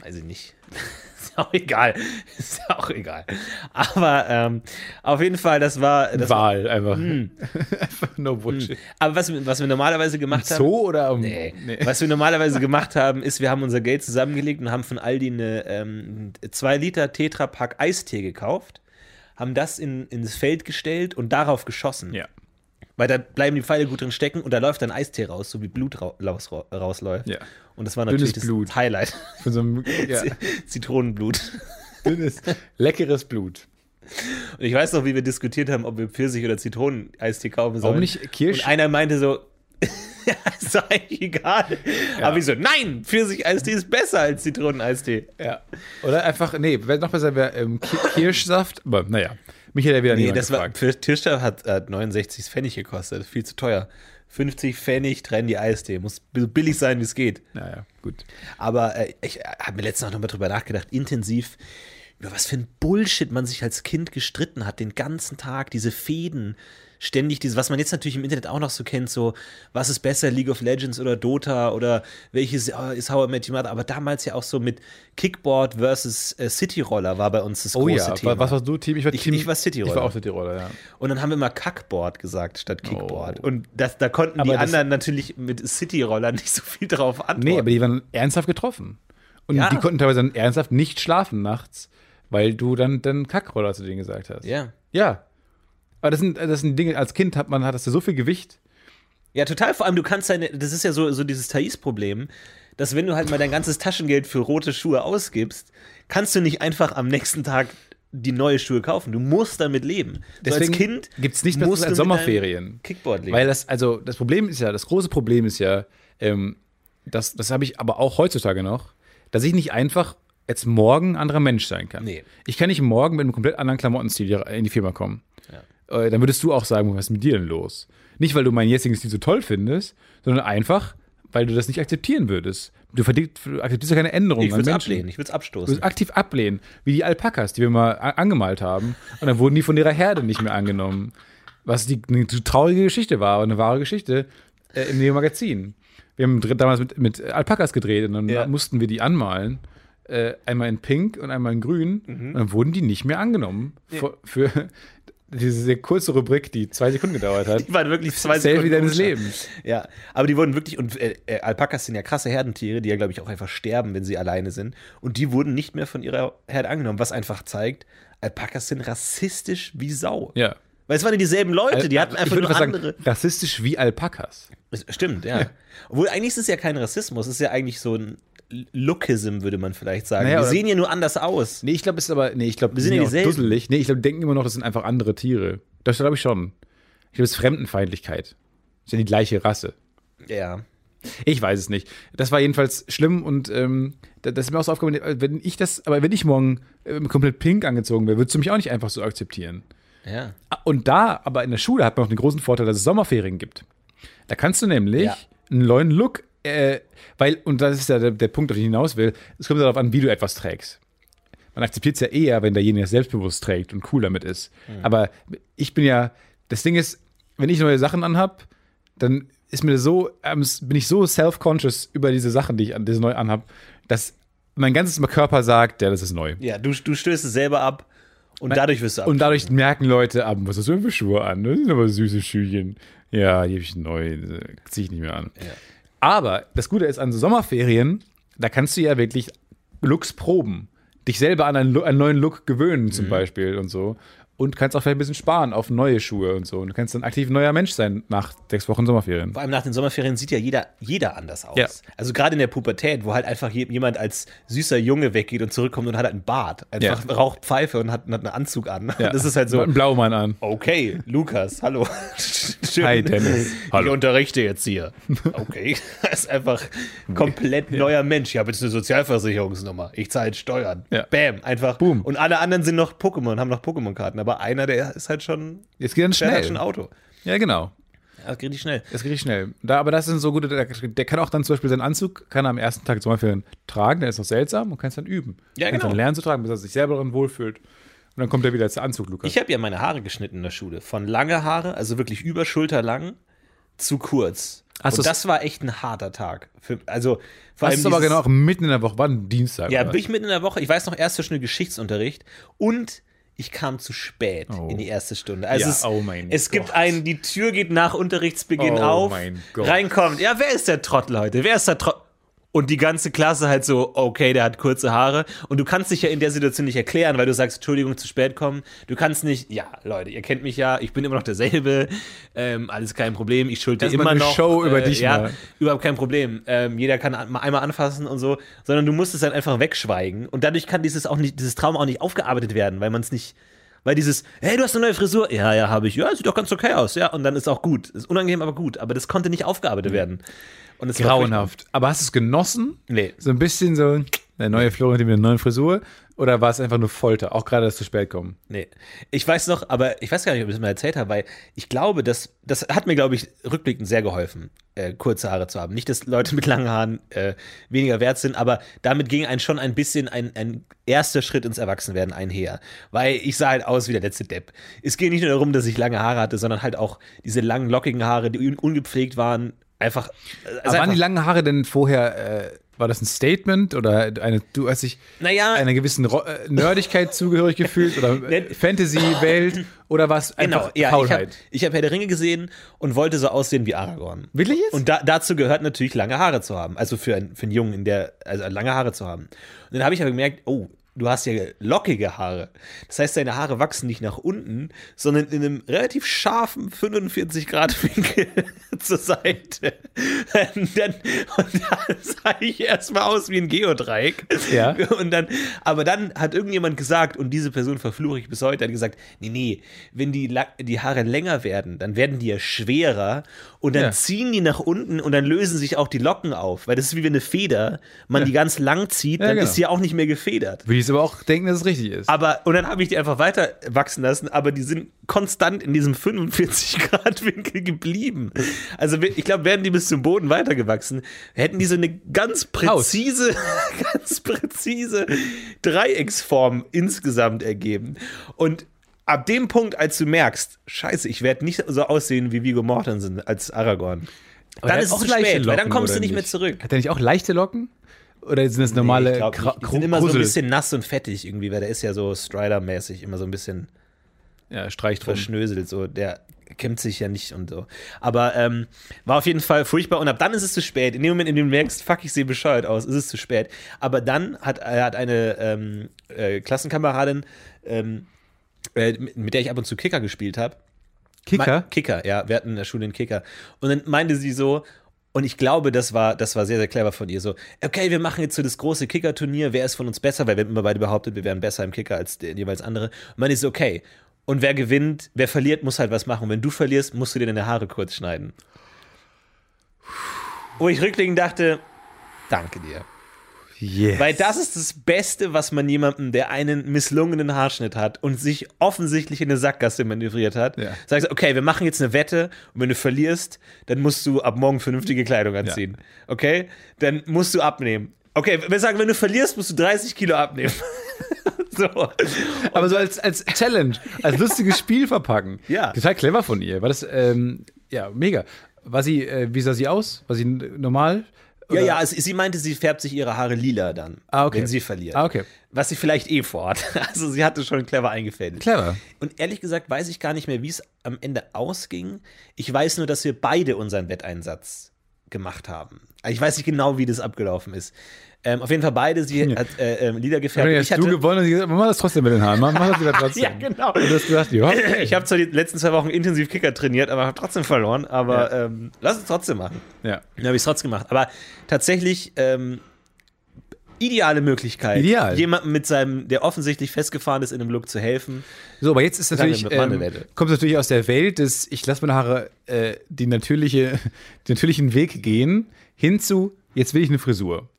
S2: weiß ich nicht. Ist auch egal. Ist auch egal. Aber ähm, auf jeden Fall, das war. Das war Hm.
S1: Wal, einfach. einfach nur Bullshit.
S2: aber was, wir- was wir normalerweise gemacht haben.
S1: Zoo oder am.
S2: Nee. Was wir normalerweise gemacht haben, ist, wir haben unser Geld zusammengelegt und haben von Aldi eine 2 Liter Tetra Pak Eistee gekauft, haben das in, ins Feld gestellt und darauf geschossen.
S1: Ja.
S2: Weil da bleiben die Pfeile gut drin stecken und da läuft dann Eistee raus, so wie Blut ra raus, rausläuft.
S1: Ja.
S2: Und das war
S1: Dünnes
S2: natürlich
S1: Blut.
S2: das Highlight.
S1: Von so einem ja,
S2: Zitronenblut.
S1: dünnes, leckeres Blut.
S2: Und ich weiß noch, wie wir diskutiert haben, ob wir Pfirsich- oder Zitroneneistee kaufen sollen.
S1: Warum nicht Kirsch?
S2: Und einer meinte so, ja, ist doch eigentlich egal. Aber ich so, nein, Pfirsich-Eistee ist besser als Zitroneneistee.
S1: Ja. Oder einfach, nee, wär- noch besser wäre ähm, Ki- Kirschsaft. Aber naja, mich hätte ja wieder
S2: Nee,
S1: niemand
S2: das war,
S1: gefragt.
S2: für Tischler hat, hat 69 Pfennig gekostet, viel zu teuer. 50 Pfennig trennen die Eistee, muss so billig sein, wie es geht.
S1: naja, gut.
S2: Aber äh, ich äh, habe mir letztens auch nochmal drüber nachgedacht, intensiv, über was für ein Bullshit man sich als Kind gestritten hat, den ganzen Tag, diese Fäden, ständig, diese, was man jetzt natürlich im Internet auch noch so kennt, so, was ist besser, League of Legends oder Dota oder welches äh, ist How I Met Your Mother, aber damals ja auch so mit Kickboard versus äh, Cityroller war bei uns das
S1: Oh
S2: große
S1: ja,
S2: Thema.
S1: wa- was warst du, Team? Ich war
S2: Ich-
S1: Team.
S2: ich war Cityroller.
S1: Ich war auch Cityroller, ja.
S2: Und dann haben wir immer Kackboard gesagt statt Kickboard.
S1: Oh.
S2: Und das, da konnten die
S1: Aber das-
S2: anderen natürlich mit Cityrollern nicht so viel drauf antworten.
S1: Nee, aber die waren ernsthaft getroffen. Und
S2: Ja.
S1: die konnten teilweise dann ernsthaft nicht schlafen nachts, weil du dann, dann Kackroller zu denen gesagt hast.
S2: ja.
S1: Ja. Aber das sind, das sind Dinge, als Kind hat man, hattest du so viel Gewicht.
S2: Ja, total. Vor allem, du kannst deine, das ist ja so, so dieses Thais-Problem, dass wenn du halt mal dein ganzes Taschengeld für rote Schuhe ausgibst, kannst du nicht einfach am nächsten Tag die neue Schuhe kaufen. Du musst damit leben. so
S1: Deswegen
S2: als Kind
S1: gibt's nichts Besseres
S2: musst du
S1: als
S2: mit deinem
S1: Sommerferien.
S2: Kickboard leben.
S1: Weil das, also das Problem ist ja, das große Problem ist ja, ähm, das, das habe ich aber auch heutzutage noch, dass ich nicht einfach jetzt morgen ein anderer Mensch sein kann.
S2: Nee.
S1: Ich kann nicht morgen mit einem komplett anderen Klamottenstil hier in die Firma kommen. Äh, dann würdest du auch sagen, was ist mit dir denn los? Nicht, weil du meinen jetzigen Stil so toll findest, sondern einfach, weil du das nicht akzeptieren würdest. Du verdick- du akzeptierst ja keine Änderungen
S2: ich
S1: an
S2: würde es
S1: Menschen.
S2: ablehnen, ich würde es
S1: Du
S2: abstoßen.
S1: musst aktiv ablehnen, wie die Alpakas, die wir mal a- angemalt haben. Und dann wurden die von ihrer Herde nicht mehr angenommen. Was die, eine traurige Geschichte war, aber eine wahre Geschichte äh, im Neo-Magazin. Wir haben dr- damals mit, mit Alpakas gedreht und dann
S2: Ja.
S1: mussten wir die anmalen. Äh, einmal in pink und einmal in grün.
S2: Mhm.
S1: Und dann wurden die nicht mehr angenommen. Vor- Für, diese sehr kurze Rubrik, die zwei Sekunden gedauert hat.
S2: Die waren wirklich zwei
S1: Selfie
S2: Sekunden.
S1: deines
S2: Unschuld.
S1: Lebens.
S2: Ja, aber die wurden wirklich, und äh, äh, Alpakas sind ja krasse Herdentiere, die ja, glaube ich, auch einfach sterben, wenn sie alleine sind. Und die wurden nicht mehr von ihrer Herde angenommen, was einfach zeigt, Alpakas sind rassistisch wie Sau.
S1: Ja.
S2: Weil es waren ja dieselben Leute, die hatten
S1: ich
S2: einfach
S1: würde
S2: nur
S1: fast
S2: andere.
S1: Sagen, rassistisch wie Alpakas.
S2: Es- Stimmt, ja. Obwohl eigentlich ist es ja kein Rassismus, es ist ja eigentlich so ein Lookism, würde man vielleicht sagen.
S1: Naja,
S2: Wir
S1: oder-
S2: sehen ja nur anders aus.
S1: Nee, ich glaube, es ist aber. Nee, ich glaube, die
S2: sind
S1: sind,
S2: ja
S1: ja auch
S2: dieselben.
S1: dusselig. Nee, ich glaube, die denken immer noch, das sind einfach andere Tiere. Das glaube ich schon. Ich glaube, es ist Fremdenfeindlichkeit. Ist ja die gleiche Rasse.
S2: Ja.
S1: Ich weiß es nicht. Das war jedenfalls schlimm und ähm, da- das ist mir auch so aufgefallen, wenn ich das, aber wenn ich morgen ähm, komplett pink angezogen wäre, würdest du mich auch nicht einfach so akzeptieren.
S2: Ja.
S1: Ah, Und da, aber in der Schule hat man auch den großen Vorteil, dass es Sommerferien gibt. Da kannst du nämlich
S2: Ja.
S1: einen neuen Look, äh, weil, und das ist ja der, der Punkt, auf den ich hinaus will, es kommt darauf an, wie du etwas trägst. Man akzeptiert es ja eher, wenn derjenige es selbstbewusst trägt und cool damit ist. Aber ich bin ja, das Ding ist, wenn ich neue Sachen anhab, dann ist mir so, ähm, bin ich so self-conscious über diese Sachen, die ich an, diese neu anhab, dass mein ganzes Körper sagt, ja, das ist neu.
S2: Ja, du, du stößt es selber ab und dadurch wirst du ab.
S1: Und dadurch merken Leute, ab, was hast du denn für Schuhe an? Das sind aber süße Schüchen. Ja, die habe ich neu, äh, zieh ich nicht mehr an. Aber das Gute ist an so Sommerferien, da kannst du ja
S2: Mhm.
S1: wirklich Looks proben. Dich selber an einen, Lu- einen neuen Look gewöhnen zum Beispiel und so. und kannst auch vielleicht ein bisschen sparen auf neue Schuhe und so. Und du kannst dann aktiv ein neuer Mensch sein nach sechs Wochen Sommerferien.
S2: Vor allem nach den Sommerferien sieht ja jeder, jeder anders aus.
S1: Ja.
S2: Also gerade in der Pubertät, wo halt einfach je- jemand als süßer Junge weggeht und zurückkommt und hat halt einen Bart. Einfach
S1: Ja.
S2: raucht Pfeife und hat, und hat einen Anzug an. Das ist halt so.
S1: Ein Blaumann an.
S2: Okay, Lukas, hallo. Schön.
S1: Hi, Dennis. Hallo.
S2: Ich unterrichte jetzt hier. Okay, das ist einfach komplett neuer Mensch. Ich habe jetzt eine Sozialversicherungsnummer. Ich zahle Steuern.
S1: Ja.
S2: Bam, einfach.
S1: Boom.
S2: Und alle anderen sind noch Pokémon, haben noch Pokémon-Karten. Aber einer, der ist halt schon,
S1: Jetzt geht dann
S2: der hat
S1: schnell.
S2: schon ein Auto.
S1: Ja, genau.
S2: Das geht nicht schnell.
S1: Das geht richtig schnell. Da, aber das sind so gute, der, der kann auch dann zum Beispiel seinen Anzug, kann er am ersten Tag Sommerferien tragen, der ist noch seltsam und kann es dann üben.
S2: Ja,
S1: Kann's
S2: genau.
S1: dann lernen zu tragen, bis er sich selber darin wohlfühlt. Und dann kommt er wieder als der Anzug, Lukas.
S2: Ich habe ja meine Haare geschnitten in der Schule. Von lange Haare, also wirklich über Schulter lang, zu kurz.
S1: Hast
S2: und
S1: du's-
S2: das war echt ein harter Tag. Für, also
S1: das
S2: vor allem
S1: ist aber
S2: dieses-
S1: genau auch mitten in der Woche, war ein Dienstag.
S2: Ja,
S1: oder?
S2: bin ich mitten in der Woche. Ich weiß noch, erste Stunde Geschichtsunterricht und ich kam zu spät
S1: Oh.
S2: in die erste Stunde. Also
S1: Ja,
S2: es,
S1: oh mein
S2: es gibt
S1: Gott.
S2: einen, die Tür geht nach Unterrichtsbeginn
S1: Oh
S2: auf,
S1: mein Gott.
S2: reinkommt. Ja, wer ist der Trottel heute? Wer ist der Trottel? Und die ganze Klasse halt so, okay, der hat kurze Haare. Und du kannst dich ja in der Situation nicht erklären, weil du sagst, Entschuldigung, zu spät kommen. Du kannst nicht, ja, Leute, ihr kennt mich ja, ich bin immer noch derselbe. Ähm, alles kein Problem, ich schulde
S1: Dass
S2: dir
S1: man
S2: immer
S1: eine
S2: noch. äh,
S1: Show über dich
S2: ja,
S1: macht.
S2: überhaupt kein Problem. Ähm, jeder kann an- mal einmal anfassen und so, sondern du musst es dann einfach wegschweigen und dadurch kann dieses auch nicht, dieses Trauma auch nicht aufgearbeitet werden, weil man es nicht, weil dieses, hey, du hast eine neue Frisur, ja, ja, habe ich, ja, sieht doch ganz okay aus, ja, und dann ist auch gut, ist unangenehm, aber gut, aber das konnte nicht aufgearbeitet werden. Und es war
S1: Grauenhaft. Aber hast du es genossen?
S2: Nee.
S1: So ein bisschen so, der neue Florian mit der neuen Frisur? Oder war es einfach nur Folter? Auch gerade das zu spät kommen.
S2: Nee. Ich weiß noch, aber ich weiß gar nicht, ob ich es mal erzählt habe, weil ich glaube, das, das hat mir, glaube ich, rückblickend sehr geholfen, äh, kurze Haare zu haben. Nicht, dass Leute mit langen Haaren äh, weniger wert sind, aber damit ging ein schon ein bisschen ein, ein erster Schritt ins Erwachsenwerden einher. Weil ich sah halt aus wie der letzte Depp. Es ging nicht nur darum, dass ich lange Haare hatte, sondern halt auch diese langen, lockigen Haare, die un ungepflegt waren, einfach. äh,
S1: Aber waren
S2: einfach-
S1: die langen Haare denn vorher, äh, war das ein Statement oder eine, du hast dich
S2: Naja.
S1: einer gewissen Ro äh, Nerdigkeit zugehörig gefühlt oder äh, Fantasy-Welt oder war es einfach
S2: Genau, ja, ich habe
S1: Faulheit?
S2: ich hab Herr der Ringe gesehen und wollte so aussehen wie Aragorn.
S1: Wirklich jetzt?
S2: Und da, dazu gehört natürlich lange Haare zu haben. Also für, ein, für einen Jungen, in der, also lange Haare zu haben. Und dann habe ich aber gemerkt, oh, du hast ja lockige Haare. Das heißt, deine Haare wachsen nicht nach unten, sondern in einem relativ scharfen 45-Grad-Winkel zur Seite. Und dann, und dann sah ich erstmal aus wie ein Geodreieck.
S1: Ja.
S2: Und dann, aber dann hat irgendjemand gesagt, und diese Person verfluche ich bis heute, hat gesagt, nee, nee, wenn die, La- die Haare länger werden, dann werden die ja schwerer und dann
S1: Ja.
S2: ziehen die nach unten und dann lösen sich auch die Locken auf, weil das ist wie wenn eine Feder, man die ganz lang zieht,
S1: Ja,
S2: dann
S1: genau.
S2: ist sie auch nicht mehr gefedert.
S1: Würde ich es aber auch denken, dass es richtig ist.
S2: Aber, und dann habe ich die einfach weiter wachsen lassen, aber die sind konstant in diesem 45-Grad-Winkel geblieben. Also wir- ich glaube, wären die bis zum Boden weitergewachsen, hätten die so eine ganz präzise, ganz präzise Dreiecksform insgesamt ergeben. Und ab dem Punkt, als du merkst, scheiße, ich werde nicht so aussehen wie Vigo Mortensen als Aragorn.
S1: der
S2: dann
S1: hat
S2: ist es
S1: auch
S2: zu
S1: leichte
S2: spät, weil dann
S1: Locken,
S2: kommst du
S1: oder
S2: nicht mehr
S1: nicht?
S2: zurück.
S1: Hat er nicht auch leichte Locken? Oder sind das normale
S2: Ich glaub
S1: Kra-
S2: nicht. Die sind immer so ein
S1: Krusel?
S2: bisschen nass und fettig irgendwie, weil der ist ja so Strider-mäßig immer so ein bisschen
S1: ja, streicht rum.
S2: verschnöselt, so der kämmt sich ja nicht und so. Aber ähm, war auf jeden Fall furchtbar und ab dann ist es zu spät. In dem Moment, in dem du merkst, fuck, ich sehe bescheuert aus, ist es zu spät. Aber dann hat, äh, hat eine ähm, äh, Klassenkameradin, ähm, äh, mit mit der ich ab und zu Kicker gespielt habe,
S1: Kicker?
S2: Me- Kicker, ja. Wir hatten in der Schule einen Kicker. Und dann meinte sie so, und ich glaube, das war, das war sehr, sehr clever von ihr. So, okay, wir machen jetzt so das große Kicker-Turnier. Wer ist von uns besser? Weil wir haben immer beide behauptet, wir wären besser im Kicker als der jeweils andere. Und man ist so, okay. Und wer gewinnt, wer verliert, muss halt was machen. Und wenn du verlierst, musst du dir deine Haare kurz schneiden. Wo ich rückblickend dachte, danke dir.
S1: Yes.
S2: Weil das ist das Beste, was man jemandem, der einen misslungenen Haarschnitt hat und sich offensichtlich in eine Sackgasse manövriert hat,
S1: Ja.
S2: sagst, okay, wir machen jetzt eine Wette und wenn du verlierst, dann musst du ab morgen vernünftige Kleidung anziehen. Okay? Dann musst du abnehmen. Okay, wir sagen, wenn du verlierst, musst du 30 Kilo abnehmen. so.
S1: aber so als, als Challenge, als lustiges Spiel verpacken.
S2: Ja.
S1: Total clever von ihr. War das, ähm, ja, mega. War sie, äh, wie sah sie aus? War sie n- normal?
S2: Ja,
S1: Oder-
S2: ja, es- sie meinte, sie färbt sich ihre Haare lila dann,
S1: Ah, okay.
S2: wenn sie verliert.
S1: Ah, okay.
S2: Was sie vielleicht eh vorhat. Also sie hatte schon clever eingefädelt.
S1: Clever.
S2: Und ehrlich gesagt weiß ich gar nicht mehr, wie es am Ende ausging. Ich weiß nur, dass wir beide unseren Wetteinsatz gemacht haben. Also Ich weiß nicht genau, wie das abgelaufen ist. Ähm, Ähm, auf jeden Fall beide, sie
S1: Ja.
S2: hat äh, ähm, Lieder
S1: Wenn
S2: gefertigt.
S1: jetzt du gewonnen und die gesagt, mach das trotzdem mit den Haaren, mach, mach das wieder trotzdem.
S2: ja, genau.
S1: Und das gesagt, ja,
S2: Ich habe zwar die letzten zwei Wochen intensiv Kicker trainiert, aber habe trotzdem verloren. Aber ähm, lass es trotzdem machen.
S1: ja.
S2: Dann habe ich es trotzdem gemacht. Aber tatsächlich ähm, ideale Möglichkeit,
S1: Ideal.
S2: jemandem mit seinem, der offensichtlich festgefahren ist, in einem Look zu helfen.
S1: So, aber jetzt ist natürlich,
S2: Lange
S1: ähm,
S2: Wandelwette.
S1: kommt natürlich aus der Welt des, ich lasse meine Haare äh, die natürliche, den natürlichen Weg gehen, hin zu, jetzt will ich eine Frisur.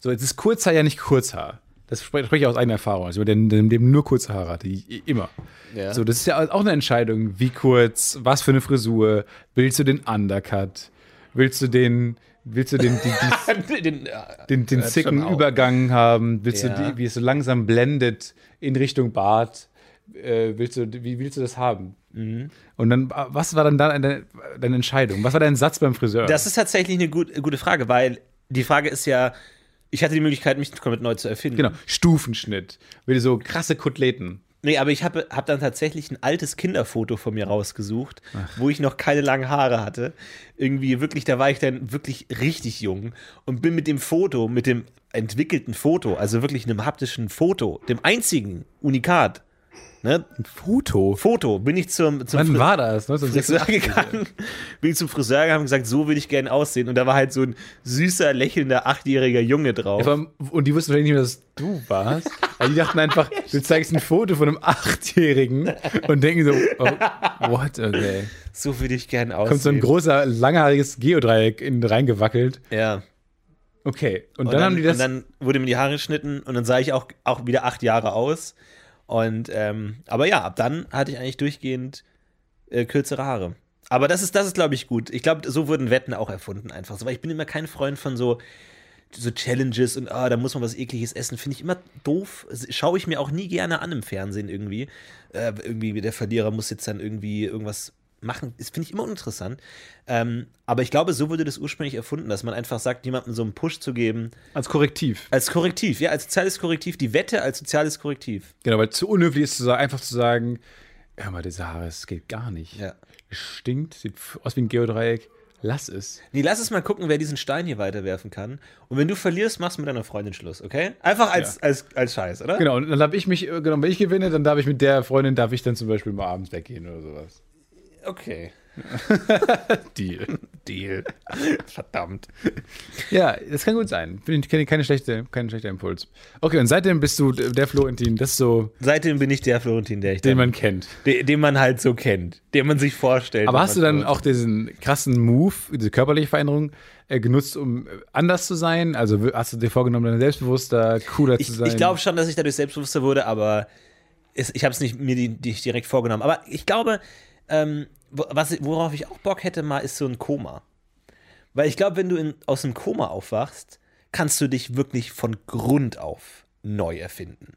S1: So, jetzt ist Kurzhaar ja nicht Kurzhaar. Das spre- spreche ich aus eigener Erfahrung, also der der im Leben nur kurze Haare hatte, i- i- immer.
S2: Ja.
S1: So, das ist ja auch eine Entscheidung, wie kurz, was für eine Frisur, willst du den Undercut, willst du den, willst du den, die, die,
S2: Den, äh,
S1: den, den
S2: Hört
S1: sicken
S2: schon auf.
S1: Übergang haben? Willst
S2: Ja.
S1: du, die, wie es so langsam blendet in Richtung Bart? Äh, willst du, wie willst du das haben?
S2: Mhm.
S1: Und dann, was war dann da deine, deine Entscheidung? Was war dein Satz beim Friseur?
S2: Das ist tatsächlich eine gut, gute Frage, weil die Frage ist ja, ich hatte die Möglichkeit, mich komplett neu zu erfinden.
S1: genau, Stufenschnitt. Will so krasse Koteletten.
S2: Nee, aber ich habe hab dann tatsächlich ein altes Kinderfoto von mir rausgesucht, wo ich noch keine langen Haare hatte. Irgendwie wirklich, da war ich dann wirklich richtig jung und bin mit dem Foto, mit dem entwickelten Foto, also wirklich einem haptischen Foto, dem einzigen Unikat, ne,
S1: Ein Foto?
S2: Foto, bin ich zum, zum
S1: Wann
S2: Fris-
S1: war das?
S2: Friseur
S1: 1986?
S2: gegangen, bin ich zum Friseur gegangen und gesagt, so will ich gerne aussehen. Und da war halt so ein süßer, lächelnder, achtjähriger Junge drauf.
S1: Aber- Und die wussten vielleicht nicht mehr, dass du warst. Weil die dachten einfach, du zeigst ein Foto von einem Achtjährigen und denken so, oh, what, okay.
S2: so will ich gerne aussehen.
S1: Kommt so ein großer, langhaariges Geodreieck in, reingewackelt.
S2: ja.
S1: Okay, und,
S2: Und
S1: dann, haben die das.
S2: und dann wurde mir die Haare geschnitten und dann sah ich auch, auch wieder acht Jahre aus. Und ähm, aber ja, ab dann hatte ich eigentlich durchgehend äh, kürzere Haare. Aber das ist, das ist, glaube ich, gut. Ich glaube, so wurden Wetten auch erfunden einfach. So, weil ich bin immer kein Freund von so, so Challenges und ah, da muss man was ekliges essen. Finde ich immer doof. Schaue ich mir auch nie gerne an im Fernsehen irgendwie. Äh, irgendwie, der Verlierer muss jetzt dann irgendwie irgendwas machen. Das finde ich immer uninteressant. Ähm, aber ich glaube, so wurde das ursprünglich erfunden, dass man einfach sagt, jemandem so einen Push zu geben,
S1: Als Korrektiv.
S2: als Korrektiv, ja, als soziales Korrektiv. Die Wette als soziales Korrektiv.
S1: Genau, weil zu unhöflich ist zu sagen, einfach zu sagen, hör mal, diese Haare, es geht gar nicht.
S2: Ja.
S1: Es Stinkt, sieht f- aus wie ein Geodreieck. Lass es.
S2: Nee, lass es mal gucken, wer diesen Stein hier weiterwerfen kann. Und wenn du verlierst, machst du mit deiner Freundin Schluss, okay? Einfach als,
S1: Ja.
S2: als, als Scheiß, oder?
S1: Genau, und dann habe ich mich, äh, genau, wenn ich gewinne, dann darf ich mit der Freundin, darf ich dann zum Beispiel mal abends weggehen oder sowas.
S2: Okay.
S1: Deal.
S2: Deal. Verdammt.
S1: ja, das kann gut sein. Finde ich keine, keine schlechte, kein schlechter Impuls. Okay, und seitdem bist du d- der Florentin, das ist so,
S2: Seitdem bin ich der Florentin, der ich
S1: den
S2: den,
S1: man kennt.
S2: den, den man halt so kennt, den man sich vorstellt.
S1: Aber
S2: wenn
S1: hast du
S2: man
S1: dann
S2: so-
S1: auch diesen krassen Move, diese körperliche Veränderung, äh, genutzt, um äh, anders zu sein? Also w- hast du dir vorgenommen, dann selbstbewusster, cooler zu
S2: Ich,
S1: sein?
S2: ich glaube schon, dass ich dadurch selbstbewusster wurde, aber es, ich habe es nicht mir die, die ich direkt vorgenommen. Aber ich glaube, ähm, wo- was, worauf ich auch Bock hätte, mal ist so ein Koma. Weil ich glaube, wenn du in, aus einem Koma aufwachst, kannst du dich wirklich von Grund auf neu erfinden.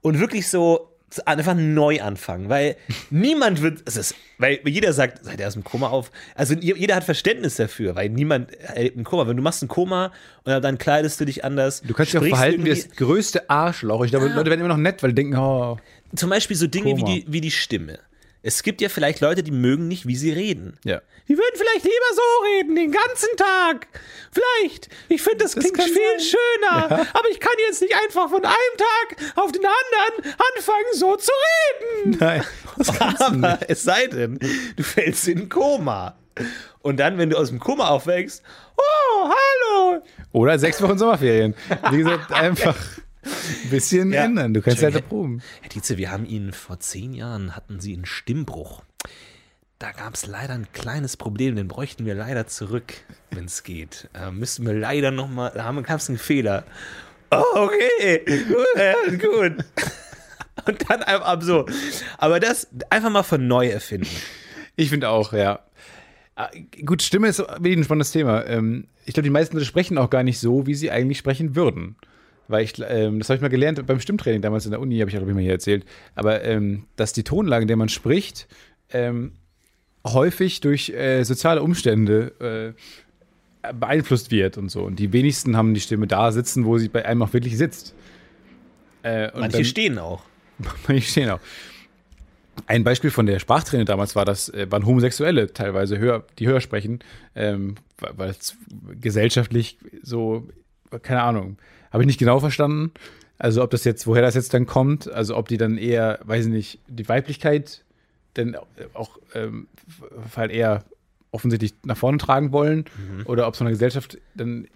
S2: Und wirklich so so einfach neu anfangen, weil niemand wird, es ist, weil jeder sagt, seid ihr aus dem Koma auf? Also je- jeder hat Verständnis dafür, weil niemand erlebt ein Koma. Wenn du machst ein Koma und dann kleidest du dich anders.
S1: Du kannst dich auch
S2: sprichst
S1: verhalten wie
S2: irgendwie-
S1: das größte Arschloch. Ich glaube, Leute werden immer noch nett, weil die denken, oh,
S2: zum Beispiel so Dinge wie
S1: Koma.
S2: die, wie die Stimme. Es gibt ja vielleicht Leute, die mögen nicht, wie sie reden.
S1: ja.
S2: Die würden vielleicht lieber so reden, den ganzen Tag. Vielleicht. Ich finde, das klingt
S1: kann
S2: viel schöner. Aber ich kann jetzt nicht einfach von einem Tag auf den anderen anfangen, so zu reden.
S1: Nein, das kannst du nicht.
S2: Aber es sei denn, du fällst in ein Koma. Und dann, wenn du aus dem Koma aufwächst, oh, hallo.
S1: Oder sechs Wochen Sommerferien. Wie gesagt, einfach ein bisschen
S2: Ja.
S1: ändern. Du kannst halt
S2: Entschuldigung.
S1: erproben.
S2: Herr Dietze, wir haben Ihnen vor zehn Jahren hatten Sie einen Stimmbruch. Da gab es leider ein kleines Problem, den bräuchten wir leider zurück, wenn es geht. Äh, müssen wir leider nochmal, da gab es einen Fehler. Oh, okay, gut, ja, gut. Und dann einfach ab so. Aber das einfach mal von neu erfinden.
S1: Ich finde auch, ja. Ah, Gut, Stimme ist wirklich ein spannendes Thema. Ähm, Ich glaube, die meisten Leute sprechen auch gar nicht so, wie sie eigentlich sprechen würden. Weil ich, ähm, das habe ich mal gelernt beim Stimmtraining damals in der Uni, habe ich auch immer hier erzählt. Aber ähm, dass die Tonlage, in der man spricht, ähm, häufig durch äh, soziale Umstände äh, beeinflusst wird und so. Und die wenigsten haben die Stimme da sitzen, wo sie bei einem auch wirklich sitzt. Äh, und
S2: Manche
S1: dann-
S2: stehen auch.
S1: ich stehen auch. Ein Beispiel von der Sprachtrainer damals war, dass äh, waren Homosexuelle teilweise höher, die höher sprechen, ähm, weil weil es gesellschaftlich so, keine Ahnung, Habe ich nicht genau verstanden. Also ob das jetzt, woher das jetzt dann kommt, also ob die dann eher, weiß ich nicht, die Weiblichkeit denn auch ähm, halt eher offensichtlich nach vorne tragen wollen oder ob so eine Gesellschaft dann